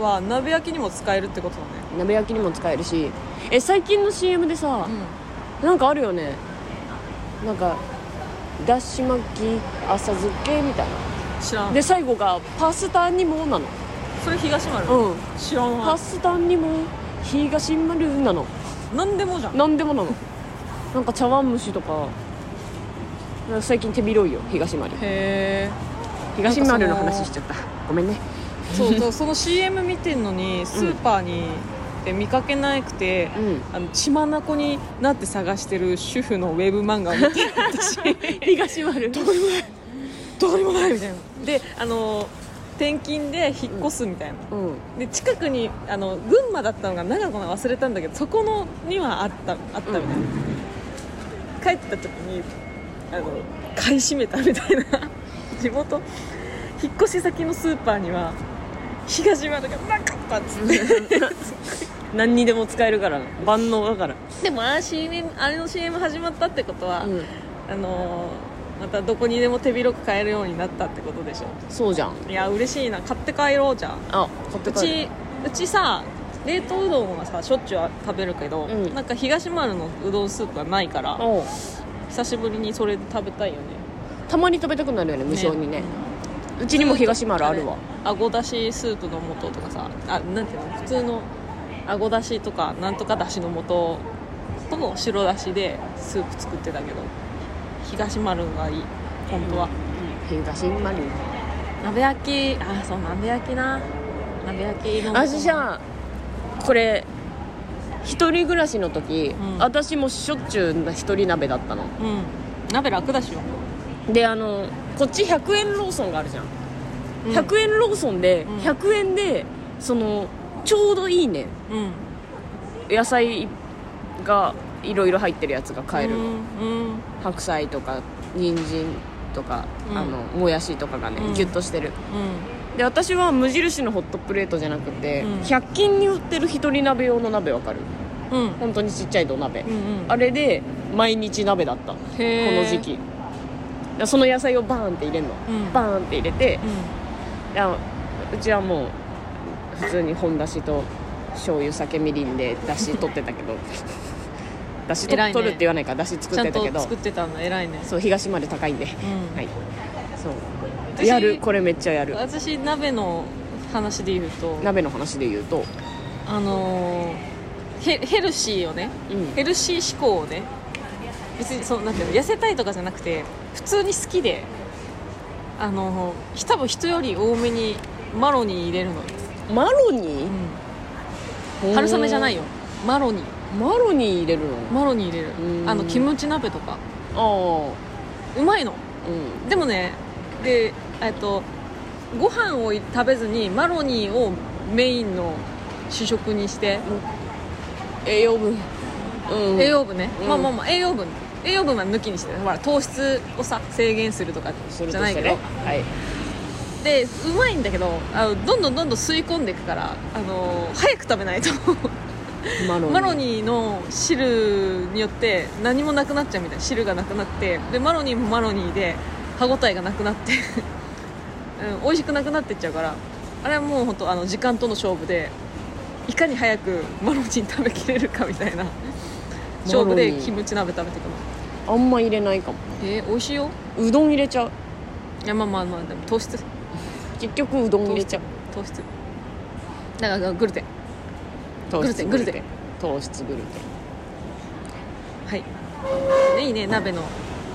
[SPEAKER 2] は鍋焼きにも使えるってことだね
[SPEAKER 1] 鍋焼きにも使えるしえ最近の CM でさ、なんかあるよねなんかだし巻き浅漬けみたい
[SPEAKER 2] 知ら
[SPEAKER 1] なんで最後がパスタにもなの
[SPEAKER 2] それ東丸、
[SPEAKER 1] うん
[SPEAKER 2] 知らん
[SPEAKER 1] パ
[SPEAKER 2] わ
[SPEAKER 1] スタにも東丸なの
[SPEAKER 2] 何でもじゃん
[SPEAKER 1] なんでもなのなんか茶碗蒸しとかなんか最近手広いよ東丸
[SPEAKER 2] へえ
[SPEAKER 1] 東丸の話しちゃったごめん [LAUGHS] ね
[SPEAKER 2] そうそうその CM 見てんのにスーパーに、で見かけなくて、
[SPEAKER 1] うん
[SPEAKER 2] あの血眼になって探してる主婦のウェブ漫画を見て私
[SPEAKER 1] 東 [LAUGHS] 丸
[SPEAKER 2] どこにもないみたいなであの転勤で引っ越すみたいな、
[SPEAKER 1] うん
[SPEAKER 2] で近くにあの群馬だったのが長野の忘れたんだけどそこのにはあったあったみたいな、
[SPEAKER 1] うん
[SPEAKER 2] 帰った時にあの買い占めたみたいな [LAUGHS] 地元引っ越し先のスーパーには東丸がなかったっつって
[SPEAKER 1] 何にでも使えるから万能だから、
[SPEAKER 2] でもあー CM あれの CM 始まったってことは、
[SPEAKER 1] うん、
[SPEAKER 2] あのーまたどこにでも手広く買えるようになったってことでしょ
[SPEAKER 1] そうじゃん
[SPEAKER 2] いや嬉しいな買って帰ろうじゃん
[SPEAKER 1] あ買って
[SPEAKER 2] う
[SPEAKER 1] 帰る
[SPEAKER 2] ちうちさ冷凍うどんはさしょっちゅう食べるけど、
[SPEAKER 1] うん
[SPEAKER 2] なんか東丸のうどんスープはないから
[SPEAKER 1] おう
[SPEAKER 2] 久しぶりにそれで食べたいよね
[SPEAKER 1] たまに食べたくなるよね無性にねうちにも東丸あるわ
[SPEAKER 2] あごだしスープの素とかさあなんていうの普通のあごだしとかなんとかだしの素と白だしでスープ作ってたけど東丸がいい本当は、
[SPEAKER 1] 東丸
[SPEAKER 2] 鍋焼きあそう鍋焼きな鍋焼きの
[SPEAKER 1] 私さこれ一人暮らしの時、
[SPEAKER 2] うん
[SPEAKER 1] 私もしょっちゅう一人鍋だったの
[SPEAKER 2] うん鍋楽だしよ、
[SPEAKER 1] であのこっち100円ローソンがあるじゃん、
[SPEAKER 2] うん
[SPEAKER 1] 100円ローソンで、
[SPEAKER 2] うん
[SPEAKER 1] 100円でそのちょうどいいね
[SPEAKER 2] うん
[SPEAKER 1] 野菜がいろいろ入ってるやつが買える
[SPEAKER 2] う
[SPEAKER 1] の、
[SPEAKER 2] んうん
[SPEAKER 1] 白菜とか人参とか、
[SPEAKER 2] うん
[SPEAKER 1] あのもやしとかがね、
[SPEAKER 2] うん
[SPEAKER 1] ギュッとしてる
[SPEAKER 2] うん
[SPEAKER 1] で私は無印のホットプレートじゃなくて、
[SPEAKER 2] うん
[SPEAKER 1] 100均に売ってる一人鍋用の鍋わかる
[SPEAKER 2] うんうん
[SPEAKER 1] 本当にちっちゃい土鍋、
[SPEAKER 2] うん
[SPEAKER 1] あれで毎日鍋だったこ
[SPEAKER 2] へー
[SPEAKER 1] の時期だからその野菜をバーンって入れるの、
[SPEAKER 2] うん
[SPEAKER 1] バーンって入れて
[SPEAKER 2] う、ん
[SPEAKER 1] いやうちはもう普通に本だしと醤油酒みりんでだし取ってたけ
[SPEAKER 2] [LAUGHS]
[SPEAKER 1] どだしと、
[SPEAKER 2] 偉いね
[SPEAKER 1] 取るって言わないからだし作っ
[SPEAKER 2] ちゃ
[SPEAKER 1] て
[SPEAKER 2] ん
[SPEAKER 1] たけ
[SPEAKER 2] と
[SPEAKER 1] ど
[SPEAKER 2] 作ってたの偉いね
[SPEAKER 1] そう東まで高いんで、
[SPEAKER 2] うん
[SPEAKER 1] はいそう
[SPEAKER 2] 私
[SPEAKER 1] やるこれめっちゃやる
[SPEAKER 2] 私鍋の話で言うと
[SPEAKER 1] 鍋の話で言うと
[SPEAKER 2] あのーヘヘルシーをね
[SPEAKER 1] うん
[SPEAKER 2] ヘルシー思考をね別にそうなんていうの痩せたいとかじゃなくて普通に好きであのー多分人より多めにマロニー入れるのよ、
[SPEAKER 1] マロニ
[SPEAKER 2] うん
[SPEAKER 1] ー
[SPEAKER 2] 春雨じゃない
[SPEAKER 1] よ
[SPEAKER 2] よマロニー
[SPEAKER 1] マロニー入れるの
[SPEAKER 2] マロニー入れる
[SPEAKER 1] うん
[SPEAKER 2] あのキムチ鍋とか
[SPEAKER 1] あ
[SPEAKER 2] うまいの
[SPEAKER 1] あうん
[SPEAKER 2] でもねでえっとご飯を食べずにマロニーをメインの主食にして、
[SPEAKER 1] 栄養分うん
[SPEAKER 2] 栄養分ね、
[SPEAKER 1] うん
[SPEAKER 2] まあまあまあ栄養分栄養分は抜きにしてほら糖質をさ制限するとか
[SPEAKER 1] する
[SPEAKER 2] じ
[SPEAKER 1] と
[SPEAKER 2] ゃない
[SPEAKER 1] して
[SPEAKER 2] け
[SPEAKER 1] ね
[SPEAKER 2] ど、
[SPEAKER 1] はい
[SPEAKER 2] でうまいんだけどあのどんどんどんどん吸い込んでいくからあの早く食べないと
[SPEAKER 1] マロニー
[SPEAKER 2] [LAUGHS] マロニーの汁によって何もなくなっちゃうみたいな汁がなくなってでマロニーもマロニーで歯ごたえがなくなってうん美味しくなくなってっちゃうからあれはもう本当あの時間との勝負でいかに早くマロニー食べきれるかみたいな勝負でキムチ鍋食べてくの
[SPEAKER 1] あんま入れないかも
[SPEAKER 2] えー、美味しいよ
[SPEAKER 1] うどん入れちゃう
[SPEAKER 2] いやまあまあまあでも糖質
[SPEAKER 1] 結局うどん入れちゃう
[SPEAKER 2] 糖質だからグルテン
[SPEAKER 1] 糖
[SPEAKER 2] ルテングルテン
[SPEAKER 1] 糖質グルテ
[SPEAKER 2] はいいいね鍋の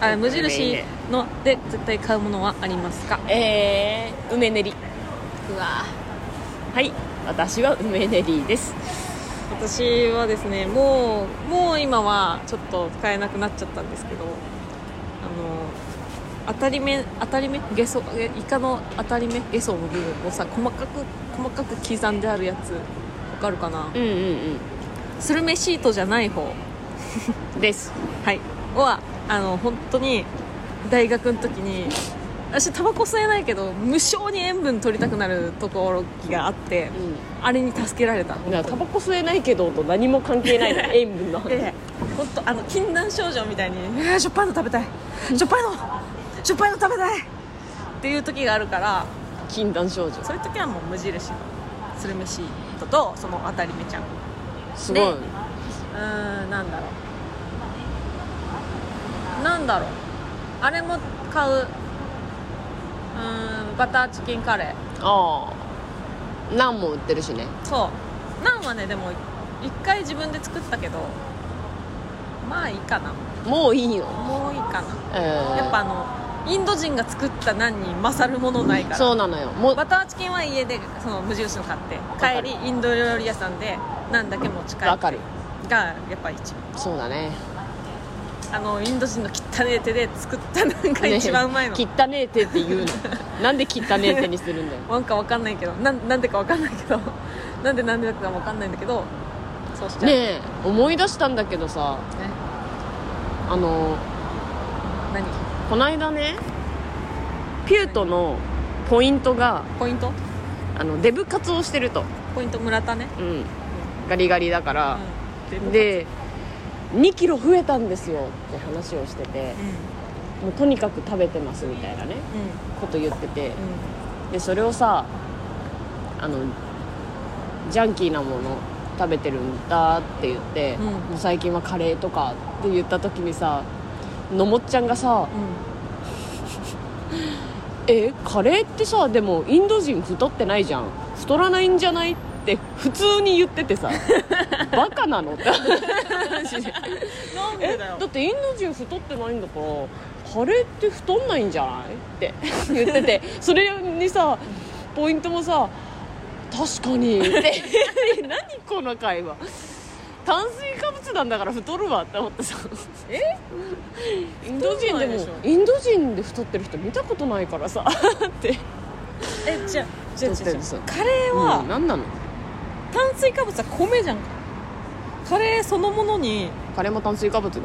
[SPEAKER 2] あ無
[SPEAKER 1] いい
[SPEAKER 2] 印
[SPEAKER 1] ね
[SPEAKER 2] ので絶対買うものはありますか
[SPEAKER 1] ンえー、梅練り
[SPEAKER 2] うわ
[SPEAKER 1] はい私は梅練りです
[SPEAKER 2] 私はですねもうもう今はちょっと使えなくなっちゃったんですけどあの当たり目当たり目ゲソえイカの当たり目ゲソの部分をさ細かく細かく刻んであるやつわかるかな、
[SPEAKER 1] うんうん
[SPEAKER 2] スルメシートじゃない方
[SPEAKER 1] うんです
[SPEAKER 2] はいはあの本当に大学の時に私タバコ吸えないけど無性に塩分取りたくなるところがあって
[SPEAKER 1] う
[SPEAKER 2] あれに助けられた
[SPEAKER 1] んなんかタバコ吸えないけどと何も関係
[SPEAKER 2] [LAUGHS]
[SPEAKER 1] ないの塩分の話
[SPEAKER 2] で本当あの禁断症状みたいに「えーしょっぱいの食べたいしょっぱいのしょっぱいの食べたい」っていう時があるから
[SPEAKER 1] 禁断症状
[SPEAKER 2] そういう時はもう無印のスルメシートとその当たりめちゃんう
[SPEAKER 1] すごい、
[SPEAKER 2] ねーんなんだろうなんだろうあれも買ううーんバターチキンカレー
[SPEAKER 1] ああナンも売ってるしね
[SPEAKER 2] そうナンはねでも一回自分で作ったけどまあいいかな
[SPEAKER 1] もういいよ、
[SPEAKER 2] もういいかな
[SPEAKER 1] えー
[SPEAKER 2] やっぱあのインド人が作ったナンに勝るものないから
[SPEAKER 1] そうなのよもう
[SPEAKER 2] バターチキンは家でその無印の買
[SPEAKER 1] か
[SPEAKER 2] って
[SPEAKER 1] る
[SPEAKER 2] 帰りインド料理屋さんでナンだけ持ち帰
[SPEAKER 1] わ
[SPEAKER 2] る
[SPEAKER 1] かる
[SPEAKER 2] がやっぱ一番
[SPEAKER 1] そうだね
[SPEAKER 2] あのインド人の汚い手で作ったナンが一番うまいの、
[SPEAKER 1] ね汚ねえ手って言
[SPEAKER 2] [LAUGHS]
[SPEAKER 1] うのなんで汚ねえ手にするんだよ
[SPEAKER 2] なんかわかんないけどなんなんでかわかんないけど [LAUGHS] なんでなんでだかわかんないんだけどそうしちゃうね
[SPEAKER 1] ねえ思い出したんだけどさあの
[SPEAKER 2] 何
[SPEAKER 1] こないだねピュートのポイントが
[SPEAKER 2] ポイント
[SPEAKER 1] あのデブ活をしてると、
[SPEAKER 2] ポイント村田ね、
[SPEAKER 1] うん、ガリガリだから、
[SPEAKER 2] うん、
[SPEAKER 1] で2キロ増えたんですよって話をしてて
[SPEAKER 2] うん
[SPEAKER 1] もうとにかく食べてますみたいなねこと言ってて
[SPEAKER 2] うん
[SPEAKER 1] でそれをさあのジャンキーなもの食べてるんだって言って、
[SPEAKER 2] うん
[SPEAKER 1] もう最近はカレーとかって言った時にさのもっちゃんがさ
[SPEAKER 2] うんうん
[SPEAKER 1] 「えカレーってさでもインド人太ってないじゃん太らないんじゃない?」って普通に言って
[SPEAKER 2] [LAUGHS]
[SPEAKER 1] てさバカなのって話で
[SPEAKER 2] なん
[SPEAKER 1] え
[SPEAKER 2] でだ
[SPEAKER 1] だ
[SPEAKER 2] よ
[SPEAKER 1] ってインド人太ってないんだからカレーって太んないんじゃないって [LAUGHS] 言っててそれにさポイントもさ確か
[SPEAKER 2] [LAUGHS]
[SPEAKER 1] にって何この会話炭水化物なんだから太るわって思ってさインド人でも
[SPEAKER 2] 太んないでしょ
[SPEAKER 1] インド人で太ってる人見たことないからさ [LAUGHS] って
[SPEAKER 2] えじゃあじゃあじ
[SPEAKER 1] 太って
[SPEAKER 2] ゃあ
[SPEAKER 1] るんです
[SPEAKER 2] じゃ
[SPEAKER 1] よ
[SPEAKER 2] あカレーは、
[SPEAKER 1] うん、何なの
[SPEAKER 2] 炭水化物は米じゃんかカレーそのものに
[SPEAKER 1] カレーも炭水化物だ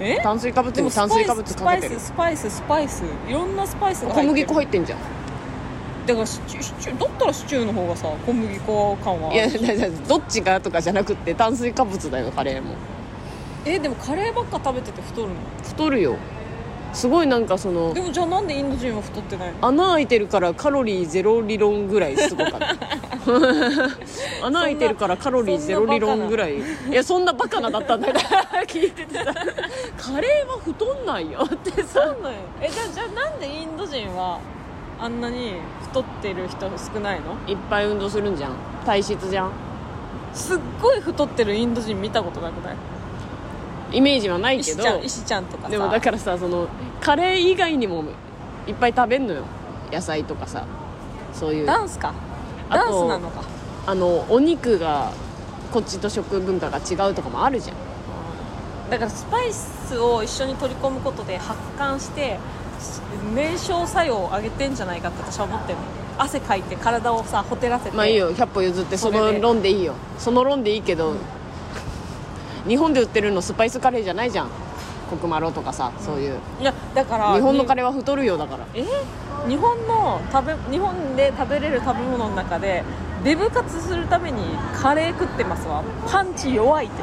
[SPEAKER 2] え
[SPEAKER 1] 炭水化物に炭水化物かけてる
[SPEAKER 2] スパイススパイススパイスいろんなスパイスが
[SPEAKER 1] 小
[SPEAKER 2] 入って
[SPEAKER 1] 麦
[SPEAKER 2] る
[SPEAKER 1] 粉入ってんじゃん
[SPEAKER 2] だからシチューシチューだったらシチューの方がさ小麦粉感はい
[SPEAKER 1] やだだどっちがとかじゃなくって炭水化物だよカレーも
[SPEAKER 2] えでもカレーばっか食べてて太るの
[SPEAKER 1] 太るよすごいなんかその
[SPEAKER 2] でもじゃあなんでインド人は太ってないの
[SPEAKER 1] 穴開いてるからカロリーゼロ理論ぐらいすごかった [LAUGHS] 穴開いてるからカロリーゼロ理論ぐらいいやそんなバカなだ [LAUGHS] ったんだから聞いててさカレーは太んないよってさ
[SPEAKER 2] なんないえじゃあじゃあなんでインド人はあんなに太ってる人少ないの
[SPEAKER 1] いっぱい運動するんじゃん体質じゃん
[SPEAKER 2] すっごい太ってるインド人見たことなくない
[SPEAKER 1] イメージはないけ
[SPEAKER 2] 石
[SPEAKER 1] ど
[SPEAKER 2] ちゃん石ちゃんとかさ
[SPEAKER 1] でもだからさそのカレー以外にもいっぱい食べんのよ野菜とかさそういう
[SPEAKER 2] ダンスか
[SPEAKER 1] あと
[SPEAKER 2] ダンスなのか
[SPEAKER 1] あのお肉がこっちと食文化が違うとかもあるじゃん
[SPEAKER 2] だからスパイスを一緒に取り込むことで発汗して燃焼作用を上げてんじゃないかって私は思ってるの汗かいて体をさほてらせて
[SPEAKER 1] まあいいよ100歩譲ってその論でいいよその論でいいけど、日本で売ってるのスパイスカレーじゃないじゃんコクマロとかさそういう、
[SPEAKER 2] いやだから
[SPEAKER 1] 日本のカ
[SPEAKER 2] レ
[SPEAKER 1] レーは太るよだから
[SPEAKER 2] え日本の食べ日本で食べれる食べ物の中でデブ活するためにカレー食ってますわパンチ弱いって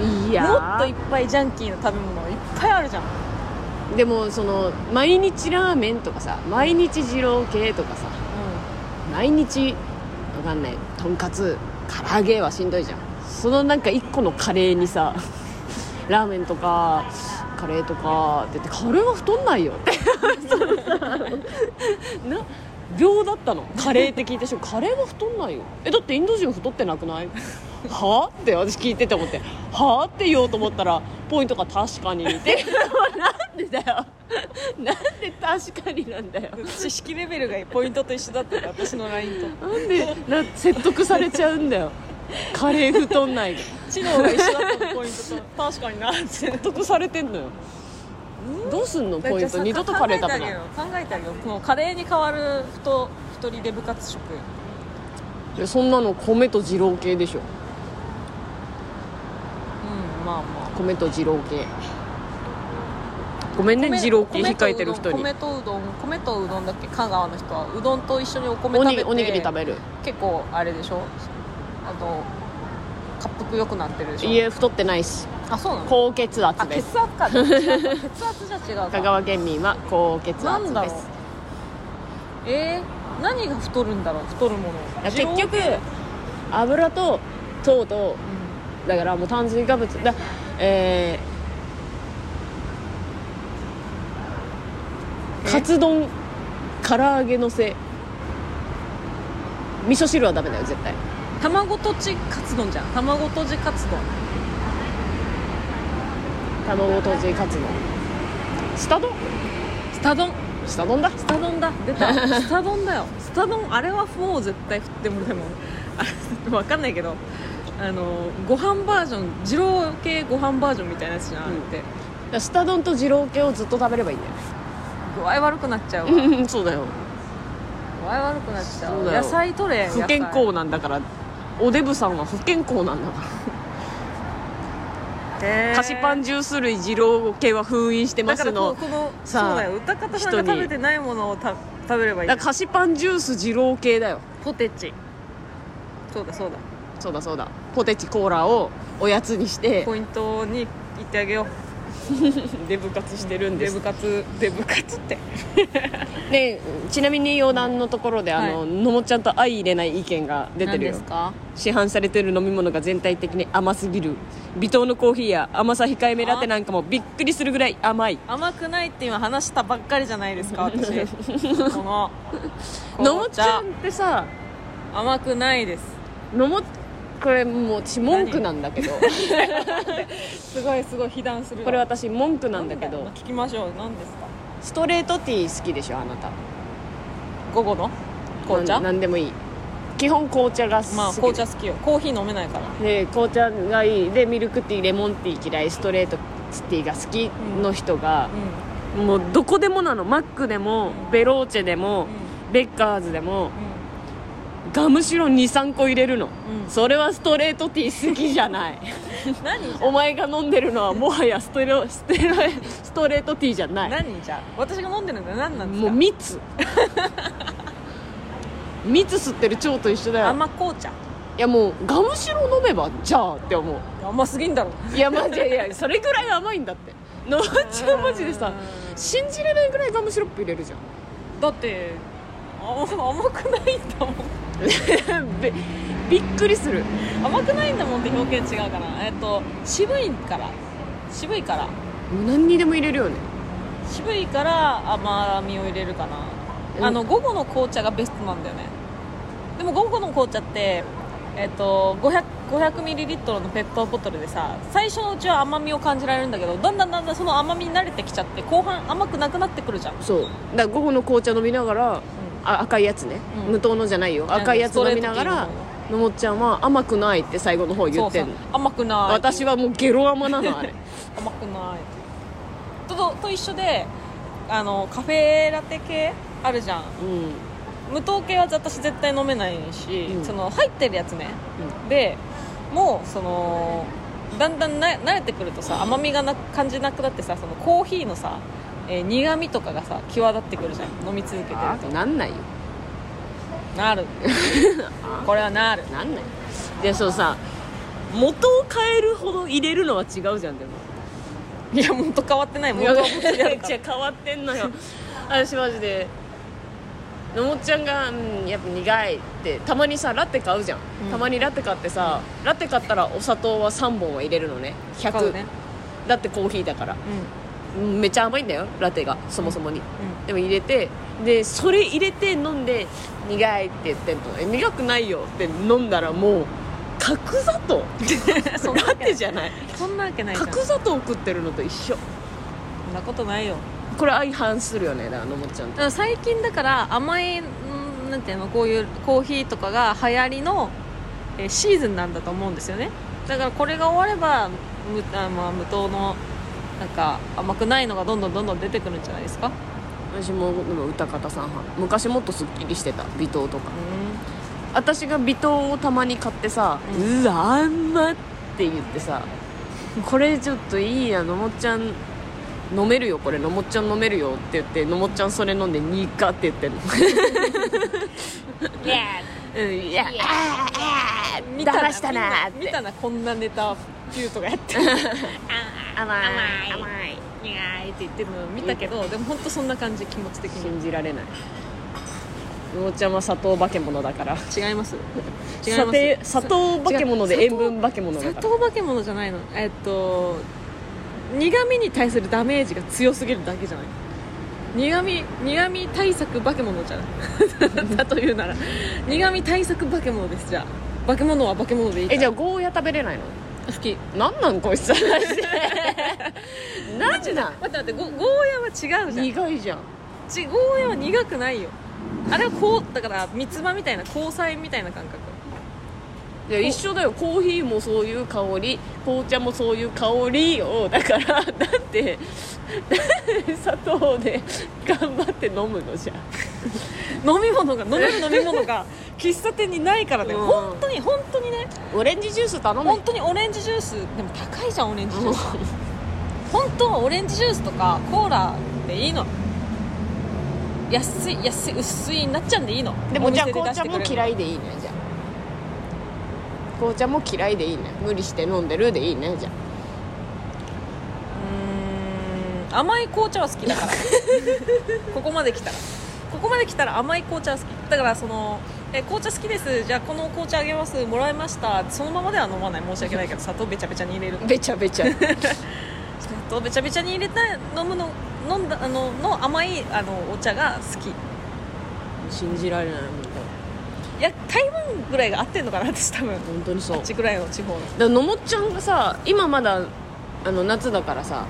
[SPEAKER 1] い
[SPEAKER 2] もっとい
[SPEAKER 1] も
[SPEAKER 2] っ
[SPEAKER 1] っ
[SPEAKER 2] ぱいジャンキーな食べ物いっぱいあるじゃん
[SPEAKER 1] とでもその毎日ラーメンとかさ毎日二郎系とかさ毎日わかんないとんかつ唐揚 [LAUGHS] げはしんどいじゃんそのなんか一個のカレーにさラーメンとかカレーとかって言ってカレーは太んないよって [LAUGHS] な秒だったのカレーって聞いてしかもカレーは太んないよえだってインド人太ってなくないはあって私聞いてて思ってはあって言おうと思ったらポイントが確かにって [LAUGHS] なんでだよなんで確かになんだよ
[SPEAKER 2] 知識レベルがポイントと一緒だったから私の LINE と
[SPEAKER 1] なんでな説得されちゃうんだよカレー太んないで
[SPEAKER 2] 知能が一緒だったのポイントと確かになって
[SPEAKER 1] 説得されてんのよどうすんのポイント二度とカレー食べない
[SPEAKER 2] 考えてあげようもうカレーに代わる太太りで部活食
[SPEAKER 1] でそんなの米と二郎系でしょ
[SPEAKER 2] うんまあまあ
[SPEAKER 1] 米と二郎系ごめんね
[SPEAKER 2] 米
[SPEAKER 1] 二郎系控えてる人に
[SPEAKER 2] 米とうどん米とうどんだっけ香川の人はうどんと一緒にお米
[SPEAKER 1] お
[SPEAKER 2] 食べ
[SPEAKER 1] に
[SPEAKER 2] て
[SPEAKER 1] おにぎり食べる
[SPEAKER 2] 結構あれでしょあと滑腹良くなってるでしょ
[SPEAKER 1] いえ太ってないし
[SPEAKER 2] あそうなの
[SPEAKER 1] 高血
[SPEAKER 2] あ
[SPEAKER 1] 圧
[SPEAKER 2] 血
[SPEAKER 1] です
[SPEAKER 2] 圧か血圧じゃ違うか
[SPEAKER 1] 香川県民は高血
[SPEAKER 2] な
[SPEAKER 1] 圧
[SPEAKER 2] んだ
[SPEAKER 1] で
[SPEAKER 2] ろう
[SPEAKER 1] す
[SPEAKER 2] えー、何が太るんだろう太るもの
[SPEAKER 1] いや結局油と糖と
[SPEAKER 2] う
[SPEAKER 1] だからもう炭水化物だえー、
[SPEAKER 2] え
[SPEAKER 1] カツ丼唐揚げのせ味噌汁はダメだよ絶対
[SPEAKER 2] ん卵とじカツ丼じゃん卵とじカツ丼
[SPEAKER 1] 卵とじカツ丼スタ丼
[SPEAKER 2] スタ丼
[SPEAKER 1] スタ丼だ
[SPEAKER 2] スタ丼だ出たスタ丼だよスタ丼あれはもう絶対でもでもあれ分かんないけどあのご飯バージョン二郎系ご飯バージョンみたいなやつじゃん、
[SPEAKER 1] うん
[SPEAKER 2] って
[SPEAKER 1] スタ丼と二郎系をずっと食べればいいんだよ
[SPEAKER 2] 具合悪くなっちゃうわ
[SPEAKER 1] うんそうだよ
[SPEAKER 2] 具合悪くなっちゃう
[SPEAKER 1] そうだよ
[SPEAKER 2] 野菜取れ
[SPEAKER 1] 不健康なんだからおデブさんは不健康なんだから菓子パン
[SPEAKER 2] ジ
[SPEAKER 1] ジュース類二郎系は封印してま
[SPEAKER 2] だから
[SPEAKER 1] す
[SPEAKER 2] こ
[SPEAKER 1] の
[SPEAKER 2] この
[SPEAKER 1] さあ
[SPEAKER 2] そうだよ歌方さんが
[SPEAKER 1] 人に
[SPEAKER 2] 食べてないものをた食べればいい
[SPEAKER 1] だから菓子パンジュース二郎系だよ
[SPEAKER 2] ポテチそうだそうだ
[SPEAKER 1] そうだそうだポテチコーラをおやつにして
[SPEAKER 2] ポイントに行ってあげよう
[SPEAKER 1] デブ活してるん
[SPEAKER 2] デ
[SPEAKER 1] で
[SPEAKER 2] ブ
[SPEAKER 1] す
[SPEAKER 2] 活デブ活って
[SPEAKER 1] でちなみに余談のところで、あの
[SPEAKER 2] は
[SPEAKER 1] のもちゃんと相入れない意見が出て
[SPEAKER 2] 何
[SPEAKER 1] る
[SPEAKER 2] で
[SPEAKER 1] よ
[SPEAKER 2] すか
[SPEAKER 1] 市販されてる飲み物が全体的に甘すぎる微糖のコーヒーや甘さ控えめラテなんかもびっくりするぐらい甘い
[SPEAKER 2] 甘くないって今話したばっかりじゃな
[SPEAKER 1] [LAUGHS]
[SPEAKER 2] いですか私この
[SPEAKER 1] のも
[SPEAKER 2] 紅
[SPEAKER 1] ちゃ
[SPEAKER 2] 茶
[SPEAKER 1] んってさ
[SPEAKER 2] 甘くないです
[SPEAKER 1] のもこれもう私文句なんだけど
[SPEAKER 2] すごいすごい被弾する
[SPEAKER 1] これ私文句なんだけ
[SPEAKER 2] なん
[SPEAKER 1] ど
[SPEAKER 2] よ聞きましょう何ですか
[SPEAKER 1] ストレートティー好きでしょあなた
[SPEAKER 2] 午後の紅茶
[SPEAKER 1] ななんでもいい基本紅茶が好き、
[SPEAKER 2] まあ紅茶好きよコーヒー飲めないから
[SPEAKER 1] で紅茶がいいでミルクティーレモンティー嫌いストレートティーが好きの人が
[SPEAKER 2] う、ん
[SPEAKER 1] もうどこでもなのマックでもベローチェでも
[SPEAKER 2] うん
[SPEAKER 1] ベッカーズでもガムシロ23個入れるの、
[SPEAKER 2] うん
[SPEAKER 1] それはストレートティー好きじゃない
[SPEAKER 2] うん [LAUGHS] 何
[SPEAKER 1] お前が飲んでるのはもはやストレステロストレートティーじゃない
[SPEAKER 2] 何じゃあ私が飲んでるのは何なんです
[SPEAKER 1] もう
[SPEAKER 2] か [LAUGHS]
[SPEAKER 1] 蜜蜜吸ってる蝶と一緒だよ
[SPEAKER 2] 甘紅茶
[SPEAKER 1] いやもうガムシロ飲めばじゃあって思う
[SPEAKER 2] 甘すぎん
[SPEAKER 1] [LAUGHS]
[SPEAKER 2] だろ
[SPEAKER 1] いやマジいやそれぐらい甘いんだってのっちゃんマジでさ
[SPEAKER 2] うん
[SPEAKER 1] 信じれないぐらいガムシロップ入れるじゃん
[SPEAKER 2] だって甘甘くないんだもん
[SPEAKER 1] [LAUGHS] びびっくりする
[SPEAKER 2] 甘くないんだもんって表現違うかなえっと渋いから渋いから
[SPEAKER 1] 何にでも入れるよね
[SPEAKER 2] 渋いから甘みを入れるか
[SPEAKER 1] うん
[SPEAKER 2] なあの午後の紅茶がベストなんだよねでも午後の紅茶ってえっと 500, 500ミリリットルのペットボトルでさ最初のうちは甘みを感じられるんだけどだんだんだんだんその甘みに慣れてきちゃって後半甘くなくなってくるじゃん
[SPEAKER 1] そうだから午後の紅茶飲みながら、あ赤いやつね、
[SPEAKER 2] うん
[SPEAKER 1] 無糖のじゃないよ赤いやつ飲みなが
[SPEAKER 2] ストレー
[SPEAKER 1] ら
[SPEAKER 2] トティー
[SPEAKER 1] のもっちゃんは甘くないって最後の方言ってんの
[SPEAKER 2] そうそう甘くない
[SPEAKER 1] 私はもうゲロ甘なのあ [LAUGHS] れ
[SPEAKER 2] 甘くないととと一緒であのカフェラテ系あるじゃん
[SPEAKER 1] うん
[SPEAKER 2] 無糖系は私絶対飲めないし、
[SPEAKER 1] うん
[SPEAKER 2] その入ってるやつね、でもうそのだんだんな慣れてくるとさ甘みがな感じなくなってさそのコーヒーのさ、えー苦みとかがさ際立ってくるじゃん飲み続けてる
[SPEAKER 1] あ
[SPEAKER 2] と
[SPEAKER 1] なんないよ [LAUGHS]
[SPEAKER 2] なるこれはなる
[SPEAKER 1] なんないでそうさ元を変えるほど入れるのは違うじゃんでも
[SPEAKER 2] いや元変わってない
[SPEAKER 1] い
[SPEAKER 2] 元
[SPEAKER 1] や
[SPEAKER 2] は
[SPEAKER 1] 違う
[SPEAKER 2] 元であるから
[SPEAKER 1] 変わってんのよ私マジでのもっちゃんが、うん、やっぱ苦いってたまにさラテ買うじゃん、
[SPEAKER 2] うん
[SPEAKER 1] たまにラテ買ってさ、ラテ買ったらお砂糖は3本は入れるのね
[SPEAKER 2] 買う
[SPEAKER 1] 100
[SPEAKER 2] ね
[SPEAKER 1] だってコーヒーだから
[SPEAKER 2] う
[SPEAKER 1] めっちゃ甘いんだよラテがそもそもに、
[SPEAKER 2] う
[SPEAKER 1] でも入れてでそれ入れて飲んで苦いって言ってんのえ苦くないよって飲んだらもう角砂糖
[SPEAKER 2] [LAUGHS] そんなわ
[SPEAKER 1] ラ
[SPEAKER 2] け
[SPEAKER 1] テじゃない
[SPEAKER 2] そんなわけないじゃん
[SPEAKER 1] 角砂糖食ってるのと一緒
[SPEAKER 2] そんなことないよ
[SPEAKER 1] これ相反するよねだからのもっちゃん
[SPEAKER 2] だ
[SPEAKER 1] と
[SPEAKER 2] から最近だから甘いうんなんていうのこういうコーヒーとかが流行りの、えーシーズンなんだと思うんですよねだからこれが終われば無あ、まあ、無糖のなんか甘くないのがどんどんどんどん出てくるんじゃないですか
[SPEAKER 1] 私もでも歌方さん派昔もっとすっきりしてた微糖とか私が微糖をたまに買ってさ「う
[SPEAKER 2] う
[SPEAKER 1] わあんま」って言ってさ「これちょっといいやのもっちゃん飲めるよこれのもっちゃん飲めるよ」って言ってのもっちゃんそれ飲んで「にか」って言ってん
[SPEAKER 2] [LAUGHS]
[SPEAKER 1] の「 [LAUGHS] うんいやあーだらしたな」っ
[SPEAKER 2] 見
[SPEAKER 1] て
[SPEAKER 2] たなこんなネタピューとかやって
[SPEAKER 1] 「甘い
[SPEAKER 2] 甘い苦いって言ってるのを見たけどでも本当そんな感じ気持ち的に
[SPEAKER 1] 信じられないのもっちゃんは砂糖化け物だから
[SPEAKER 2] 違います違い
[SPEAKER 1] 砂
[SPEAKER 2] ま
[SPEAKER 1] 糖
[SPEAKER 2] す
[SPEAKER 1] 砂糖化け物で
[SPEAKER 2] 違う
[SPEAKER 1] 塩分化け物だ
[SPEAKER 2] 砂
[SPEAKER 1] から
[SPEAKER 2] 糖化け物じゃないのえっと苦味に対するダメージが強すぎるだけじゃない苦味苦味対策化け物じゃない [LAUGHS] だというなら苦味対策化け物ですじゃあ化け物は化け物でいいか
[SPEAKER 1] え
[SPEAKER 2] ら
[SPEAKER 1] じゃあゴーヤ食べれないの
[SPEAKER 2] 好き
[SPEAKER 1] なんなんこいつなんなん
[SPEAKER 2] 待って待ってゴゴーヤは違うじゃん
[SPEAKER 1] 苦いじゃん
[SPEAKER 2] ちゴーヤは苦くないよあれはこうだから三つ葉みたいな交際みたいな感覚
[SPEAKER 1] いや一緒だよコーヒーもそういう香り紅茶もそういう香りをだからだってなんで砂糖で頑張って飲むのじゃん
[SPEAKER 2] 飲み物が飲める飲み物が喫茶店にないからね
[SPEAKER 1] うん
[SPEAKER 2] 本当に本当にね
[SPEAKER 1] オレンジジュース頼む
[SPEAKER 2] 本当にオレンジジュースでも高いじゃんオレンジジュース本当はオレンジジュースとかコーラでいいの安い安い薄いになっちゃうんでいいの
[SPEAKER 1] でもじゃあ紅茶
[SPEAKER 2] お店で出してく
[SPEAKER 1] も
[SPEAKER 2] れる
[SPEAKER 1] 嫌いでいいねじゃあ紅茶も嫌いでいいね無理して飲んでるでいいねじゃあ
[SPEAKER 2] うーん甘い紅茶は好きだ
[SPEAKER 1] [LAUGHS]
[SPEAKER 2] からここまで来たらここまで来たら甘い紅茶は好きだからそのえ紅茶好きですじゃあこの紅茶あげますもらいましたそのままでは飲まない申し訳ないけど砂糖べちゃべちゃに入れる
[SPEAKER 1] べちゃべちゃ
[SPEAKER 2] 砂糖べちゃべちゃに入れた飲むの飲んだあのの甘いあのお茶が好き
[SPEAKER 1] 信じられないみたいない
[SPEAKER 2] や台湾ぐらいが合ってんのかな私多分
[SPEAKER 1] 本当にそう
[SPEAKER 2] あっちぐらいの地方の
[SPEAKER 1] だからのもっちゃんがさ今まだあの夏だからさ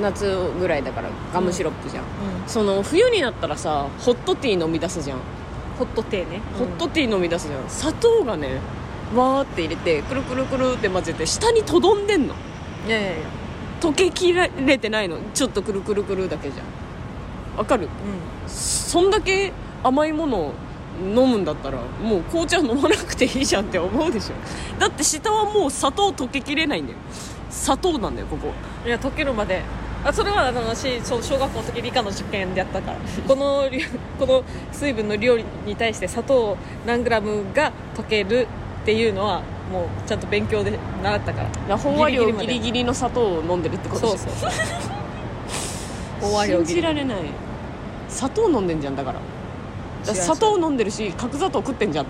[SPEAKER 1] 夏ぐらいだからガムシロップじゃん、その冬になったらさホットティー飲み出すじゃん、
[SPEAKER 2] ホットテーね
[SPEAKER 1] ホットティー飲み出すじゃん砂糖がねわーって入れてくるくるくるって混ぜて下にとどんでんの
[SPEAKER 2] いやいやいや
[SPEAKER 1] 溶けきれてないのちょっとくるくるくるだけじゃんわかる
[SPEAKER 2] う
[SPEAKER 1] そんだけ甘いものを飲むんだったらもう紅茶飲まなくていいじゃんって思うでしょだって下はもう砂糖溶けきれないんだよ砂糖なんだよここ
[SPEAKER 2] んいや溶けるまであそれはあの私そう小学校の時理科の実験でやった
[SPEAKER 1] [LAUGHS]
[SPEAKER 2] からこのりこの水分の量に対して砂糖何グラムが溶けるっていうのはもうちゃんと勉強で習ったから
[SPEAKER 1] だから飽和量
[SPEAKER 2] ま
[SPEAKER 1] ギ
[SPEAKER 2] で
[SPEAKER 1] リギリの砂糖を飲んでるってこと
[SPEAKER 2] そう
[SPEAKER 1] でし
[SPEAKER 2] そう
[SPEAKER 1] ょ
[SPEAKER 2] そう飽和量
[SPEAKER 1] [LAUGHS] 信
[SPEAKER 2] ギ
[SPEAKER 1] じ
[SPEAKER 2] リ
[SPEAKER 1] られない砂糖飲んでんじゃんだからだから
[SPEAKER 2] 違う
[SPEAKER 1] 砂糖飲んでるし角砂糖食ってんじゃん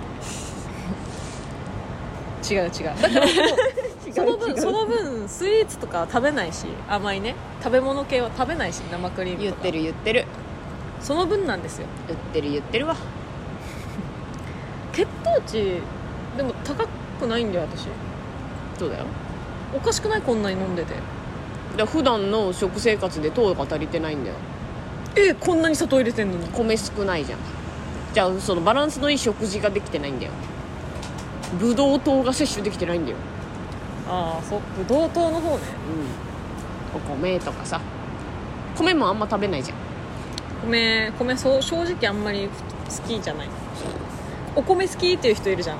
[SPEAKER 2] 違う違うだからその分その分スイーツとかは食べないし甘いね食べ物系は食べないし生クリームと
[SPEAKER 1] 言っ
[SPEAKER 2] か
[SPEAKER 1] てる言ってる
[SPEAKER 2] その分なんですよ
[SPEAKER 1] 言ってる言ってるわ
[SPEAKER 2] 血糖値でも高くないんだよ私
[SPEAKER 1] そうだよ
[SPEAKER 2] おかしくないこんなに飲んでて
[SPEAKER 1] だから普段の食生活で糖が足りてないんだよ
[SPEAKER 2] えこんなに砂糖入れてんのに
[SPEAKER 1] 米少ないじゃんじゃあそのバランスのいい食事ができてないんだよブドウ糖が摂取できてないんだよ、
[SPEAKER 2] ああそうブドウ糖の方ね
[SPEAKER 1] うん、お米とかさ米もあんま食べないじゃん
[SPEAKER 2] 米米そう正直あんまり好きじゃないお米好きっていう人いるじゃん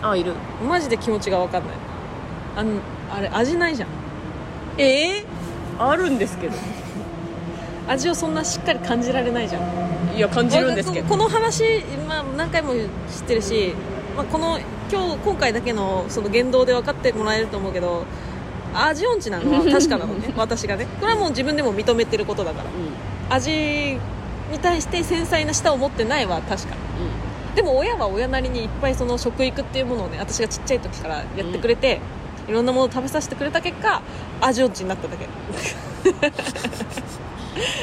[SPEAKER 1] あいる
[SPEAKER 2] マジで気持ちが分かんないあのあれ味ないじゃんええ
[SPEAKER 1] あるんですけど
[SPEAKER 2] 味をそんなしっかり感じられないじゃん
[SPEAKER 1] いや感じるんですけど
[SPEAKER 2] この話、まあ、何回も知ってるし、まあ、この今日今回だけのその言動で分かってもらえると思うけど味音痴
[SPEAKER 1] [LAUGHS]
[SPEAKER 2] なのは確かなのね私がねこれはもう自分でも認めてることだから
[SPEAKER 1] うんうん
[SPEAKER 2] 味に対して繊細な舌を持ってないは確かでも親は親なりにいっぱいその食育っていうものをね私がちっちゃい時からやってくれて、いろんなものを食べさせてくれた結果味音痴になっただけ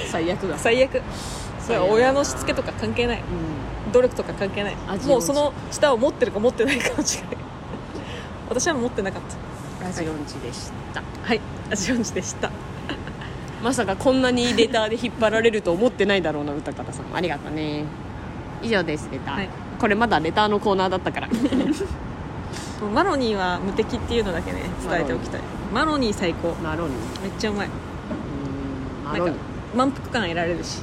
[SPEAKER 1] 最悪だ、う
[SPEAKER 2] 最悪それは親のしつけとか関係ない
[SPEAKER 1] ん、
[SPEAKER 2] 努力とか関係ない
[SPEAKER 1] 味
[SPEAKER 2] も
[SPEAKER 1] を
[SPEAKER 2] うその舌を持ってるか持ってないかの違い [LAUGHS] 私は持ってなかった
[SPEAKER 1] ラジオンチでした、
[SPEAKER 2] はい味音痴でした
[SPEAKER 1] まさかこんなにレターで引っ張られると思ってないだろうな歌方さんありがとね以上ですレター、
[SPEAKER 2] はい
[SPEAKER 1] これまだレターのコーナーだった [LAUGHS] から
[SPEAKER 2] マロニーは無敵っていうのだけね伝えておきたいマロニー最高
[SPEAKER 1] マロニー
[SPEAKER 2] めっちゃうまい
[SPEAKER 1] ー
[SPEAKER 2] う
[SPEAKER 1] んマ
[SPEAKER 2] な
[SPEAKER 1] ロ
[SPEAKER 2] ん
[SPEAKER 1] ニ
[SPEAKER 2] か満腹感得られるし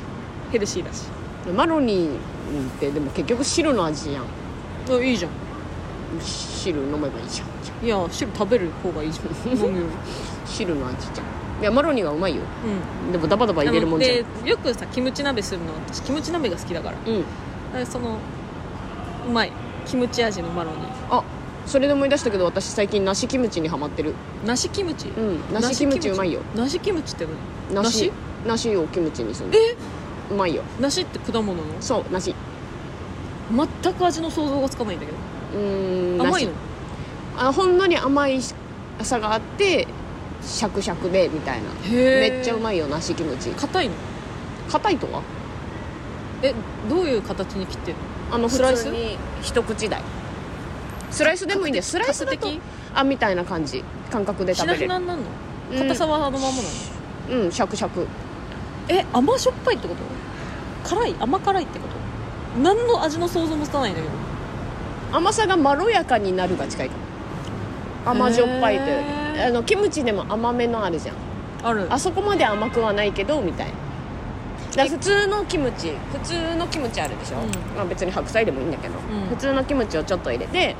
[SPEAKER 2] ヘルシーだし
[SPEAKER 1] ーマロニーってでも結局汁の味やん
[SPEAKER 2] いいじゃん
[SPEAKER 1] 汁飲めばいいじゃんじゃ
[SPEAKER 2] いや汁食べる方がいいじゃん [LAUGHS] 飲むよ
[SPEAKER 1] あ汁の味じゃんいやマロニーはうまいよ
[SPEAKER 2] りうん
[SPEAKER 1] でもダバダバ入れるもんじゃん
[SPEAKER 2] あのでよくさキムチ鍋するの私キムチ鍋が好きだから
[SPEAKER 1] うん
[SPEAKER 2] だからそのうまいキムチ味のマロニ
[SPEAKER 1] あそれで思い出したけど私最近梨キムチにハマってる
[SPEAKER 2] ー梨キムチ、
[SPEAKER 1] うん梨キムチうまいよ
[SPEAKER 2] 梨キムチって何
[SPEAKER 1] 梨梨をキムチにする
[SPEAKER 2] え
[SPEAKER 1] うまいよ
[SPEAKER 2] 梨って果物の
[SPEAKER 1] そう梨う
[SPEAKER 2] 全く味の想像がつかないんだけど
[SPEAKER 1] ーん
[SPEAKER 2] 甘いの
[SPEAKER 1] 梨あほんのに甘いさがあってシャクシャクでみたいな
[SPEAKER 2] へ
[SPEAKER 1] めっちゃうま
[SPEAKER 2] い
[SPEAKER 1] いよ梨キムチ
[SPEAKER 2] 硬いの
[SPEAKER 1] 硬いとは
[SPEAKER 2] えどういう形に切ってる
[SPEAKER 1] あの
[SPEAKER 2] スライ
[SPEAKER 1] 普
[SPEAKER 2] ス
[SPEAKER 1] 通に一口大スライスでもいいんだよスライスだと
[SPEAKER 2] 角的
[SPEAKER 1] あみたいな感じ感覚で
[SPEAKER 2] のし
[SPEAKER 1] 食
[SPEAKER 2] な
[SPEAKER 1] べ
[SPEAKER 2] し
[SPEAKER 1] れ
[SPEAKER 2] な
[SPEAKER 1] る
[SPEAKER 2] になるの
[SPEAKER 1] うん
[SPEAKER 2] 硬さはあのままなの、
[SPEAKER 1] うんシャクシャク
[SPEAKER 2] え甘しょっぱいってこと辛い甘辛いってこと何の味の想像もつかないんだけど
[SPEAKER 1] 甘さがまろやかになるが近いかも甘じょっぱいというより
[SPEAKER 2] へー
[SPEAKER 1] あのキムチでも甘めのあるじゃん
[SPEAKER 2] ある
[SPEAKER 1] あそこまで甘くはないけどみたいなだから普通のキムチ普通のキムチあるでしょ、
[SPEAKER 2] うん
[SPEAKER 1] まあ、別に白菜でもいいんだけど、
[SPEAKER 2] ん
[SPEAKER 1] 普通のキムチをちょっと入れて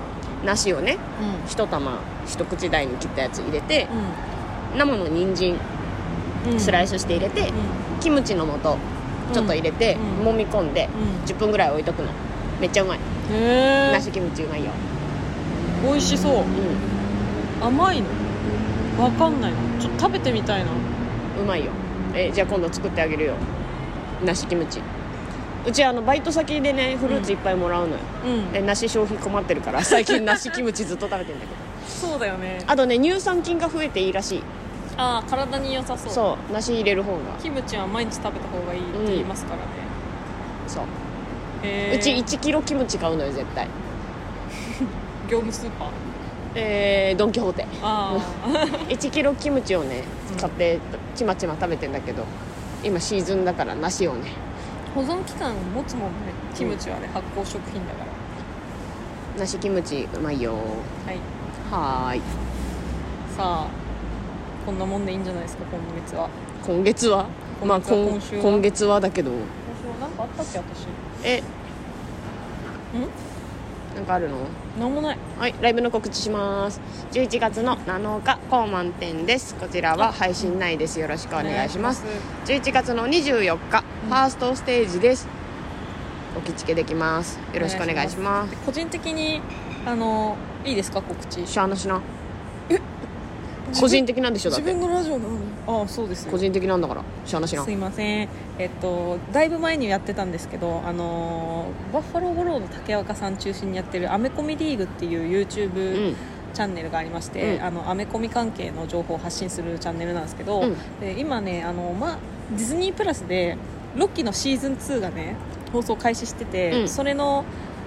[SPEAKER 1] 梨をね
[SPEAKER 2] う
[SPEAKER 1] 一玉一口大に切ったやつ入れて
[SPEAKER 2] ん
[SPEAKER 1] 生の人参
[SPEAKER 2] うん、うん、
[SPEAKER 1] スライスして入れて、
[SPEAKER 2] う
[SPEAKER 1] キムチの素ちょっと入れて、
[SPEAKER 2] うん
[SPEAKER 1] 揉み込んで
[SPEAKER 2] ん、うん
[SPEAKER 1] 10分ぐらい置いとくのめっちゃうまい
[SPEAKER 2] へえ
[SPEAKER 1] 梨キムチうまいよ、
[SPEAKER 2] 美味しそう
[SPEAKER 1] う
[SPEAKER 2] 甘いのわかんないのちょっと食べてみたいなん
[SPEAKER 1] うまいよえじゃあ今度作ってあげるよ梨キムチうちあのバイト先でねフルーツいっぱいもらうのよ、
[SPEAKER 2] うん
[SPEAKER 1] え梨消費困ってる
[SPEAKER 2] [LAUGHS]
[SPEAKER 1] から最近梨キムチずっと食べてんだけど
[SPEAKER 2] そうだよね
[SPEAKER 1] あとね乳酸菌が増えていいらしい
[SPEAKER 2] ああ体に良さそう
[SPEAKER 1] そう梨入れる方が
[SPEAKER 2] キムチは毎日食べた方がいいって言いますからね、
[SPEAKER 1] そう、
[SPEAKER 2] へ
[SPEAKER 1] うち1キロキムチ買うのよ絶対
[SPEAKER 2] 業務スーパー
[SPEAKER 1] えー、ドン・キホーテ
[SPEAKER 2] あ
[SPEAKER 1] 1キロキムチをね
[SPEAKER 2] うん
[SPEAKER 1] 買ってちまちま食べてんだけど今シーズンだから梨をね
[SPEAKER 2] あ [LAUGHS] 保存期間持つもんねキムチはね発酵食品だから
[SPEAKER 1] 梨キムチうまいよ
[SPEAKER 2] は
[SPEAKER 1] は
[SPEAKER 2] い
[SPEAKER 1] ーい
[SPEAKER 2] さあこんなもんでいいんじゃないですか今月は
[SPEAKER 1] 今月はまあ
[SPEAKER 2] 今月は
[SPEAKER 1] 今
[SPEAKER 2] 今週は
[SPEAKER 1] 今月はだけど
[SPEAKER 2] 今週は何かあったっけ私
[SPEAKER 1] え
[SPEAKER 2] ん
[SPEAKER 1] なんかあるの
[SPEAKER 2] 何もない
[SPEAKER 1] はい、ライブの告知します。11月の7日、高満点です。こちらは配信内です。よろしくお願いします
[SPEAKER 2] お。願いし
[SPEAKER 1] 11月の24日、
[SPEAKER 2] うん
[SPEAKER 1] ファーストステージです。お気付けできます。よろしくお願いします。
[SPEAKER 2] 個人的にあのいいですか告知
[SPEAKER 1] しゃあなしな。個人的なんでしょだっ
[SPEAKER 2] 自
[SPEAKER 1] て
[SPEAKER 2] 分。のラジオなのにああそうですよ
[SPEAKER 1] 個人的なんだから、しゃあなしな
[SPEAKER 2] す。いませんえっとだいぶ前にやってたんですけどあのーバッファローゴローの竹若さん中心にやってるアメコミリーグっていう
[SPEAKER 1] う
[SPEAKER 2] YouTube
[SPEAKER 1] ん、
[SPEAKER 2] チャンネルがありまして、
[SPEAKER 1] うん
[SPEAKER 2] あのアメコミ関係の情報を発信するチャンネルなんですけど、
[SPEAKER 1] うん
[SPEAKER 2] で今ねあの、ま、ディズニープラスでロッキーのシーズン2がね放送開始してて、
[SPEAKER 1] うん
[SPEAKER 2] それの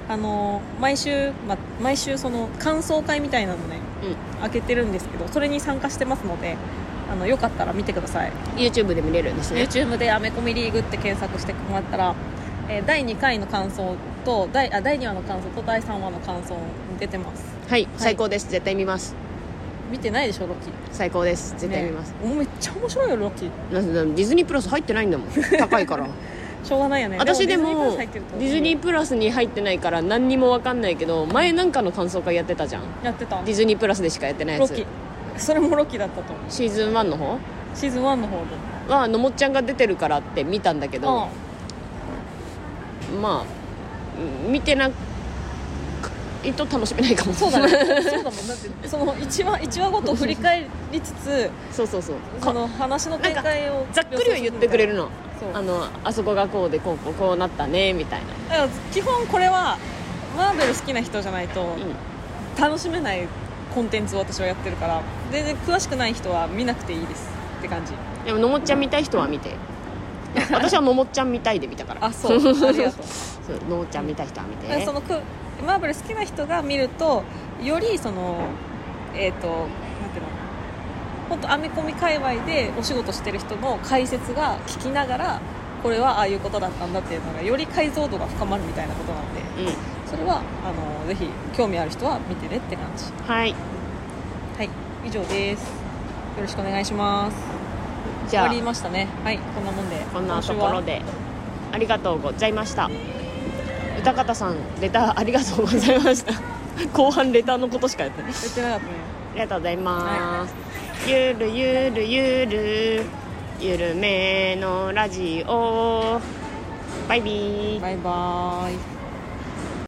[SPEAKER 2] あの毎週、ま、毎週その感想会みたいなのね、開けてるんですけどそれに参加してますのであのよかったら見てください
[SPEAKER 1] YouTube で見れるんですね。
[SPEAKER 2] YouTube で「アメコミリーグ」って検索してもらったら、えー第2回の感想と第あ第2話の感想と第3話の感想出てます
[SPEAKER 1] はい、最高です。絶対見ます。
[SPEAKER 2] 見てないでしょロッキー
[SPEAKER 1] 最高です。絶対見ます。
[SPEAKER 2] ねもうめっちゃ面白いよロッキー
[SPEAKER 1] なぜならディズニープラス入ってないんだも
[SPEAKER 2] [LAUGHS]
[SPEAKER 1] ん。高いから。
[SPEAKER 2] しょうがないよね
[SPEAKER 1] 私でも
[SPEAKER 2] デ
[SPEAKER 1] デ
[SPEAKER 2] ィ
[SPEAKER 1] ィ
[SPEAKER 2] ズ
[SPEAKER 1] ズ
[SPEAKER 2] ニ
[SPEAKER 1] ニ
[SPEAKER 2] ー
[SPEAKER 1] ープラスに入ってないから何にも分かんないけど前なんかの感想会やってたじゃん
[SPEAKER 2] プラス入ってるとやって
[SPEAKER 1] ディズニープラスでしかやってない
[SPEAKER 2] た
[SPEAKER 1] や
[SPEAKER 2] ロ
[SPEAKER 1] つ
[SPEAKER 2] ッキーそれもロッキーだったと思う
[SPEAKER 1] シーズン1の方
[SPEAKER 2] シーズン1の方で
[SPEAKER 1] はのもっちゃんが出てるからって見たんだけどまあうん見てなくいと楽しめないかも
[SPEAKER 2] そうだねそうだもんだってその1話一話ごと振り返りつつ
[SPEAKER 1] [LAUGHS] そうそうそう
[SPEAKER 2] その話の展開を
[SPEAKER 1] ざっくりは言ってくれるの
[SPEAKER 2] そう
[SPEAKER 1] あのあそこがこうでこうこうこうなったねみたいな
[SPEAKER 2] だから基本これはマーベル好きな人じゃないと
[SPEAKER 1] う
[SPEAKER 2] 楽しめないコンテンツを私はやってるから全然詳しくない人は見なくていいですって感じ [LAUGHS]
[SPEAKER 1] んでものもっちゃん見たい人は見て私はのもっちゃん見たいで見たから [LAUGHS]
[SPEAKER 2] あそうありがとう
[SPEAKER 1] そうのもっちゃん見たい人は見て
[SPEAKER 2] だからそのくマーブル好きな人が見るとよりそのえっ、となんていうの本当アメコミ界隈でお仕事してる人の解説が聞きながらこれはああいうことだったんだっていうのがより解像度が深まるみたいなことなんで
[SPEAKER 1] うん
[SPEAKER 2] それはあのぜひ興味ある人は見てねって感じ
[SPEAKER 1] はい
[SPEAKER 2] はい以上ですよろしくお願いします
[SPEAKER 1] じ
[SPEAKER 2] 終わ
[SPEAKER 1] ゃ
[SPEAKER 2] り
[SPEAKER 1] あ
[SPEAKER 2] ましたねはいこんなもんで
[SPEAKER 1] こんな
[SPEAKER 2] 今週
[SPEAKER 1] と
[SPEAKER 2] は
[SPEAKER 1] ころでありがとうございました歌方さんレターありがとうございました [LAUGHS] 後半レターのことしかやってない
[SPEAKER 2] やってなかったね
[SPEAKER 1] ありがとうございます、ゆるゆるゆるゆるめのラジオバイビー
[SPEAKER 2] バイバーイ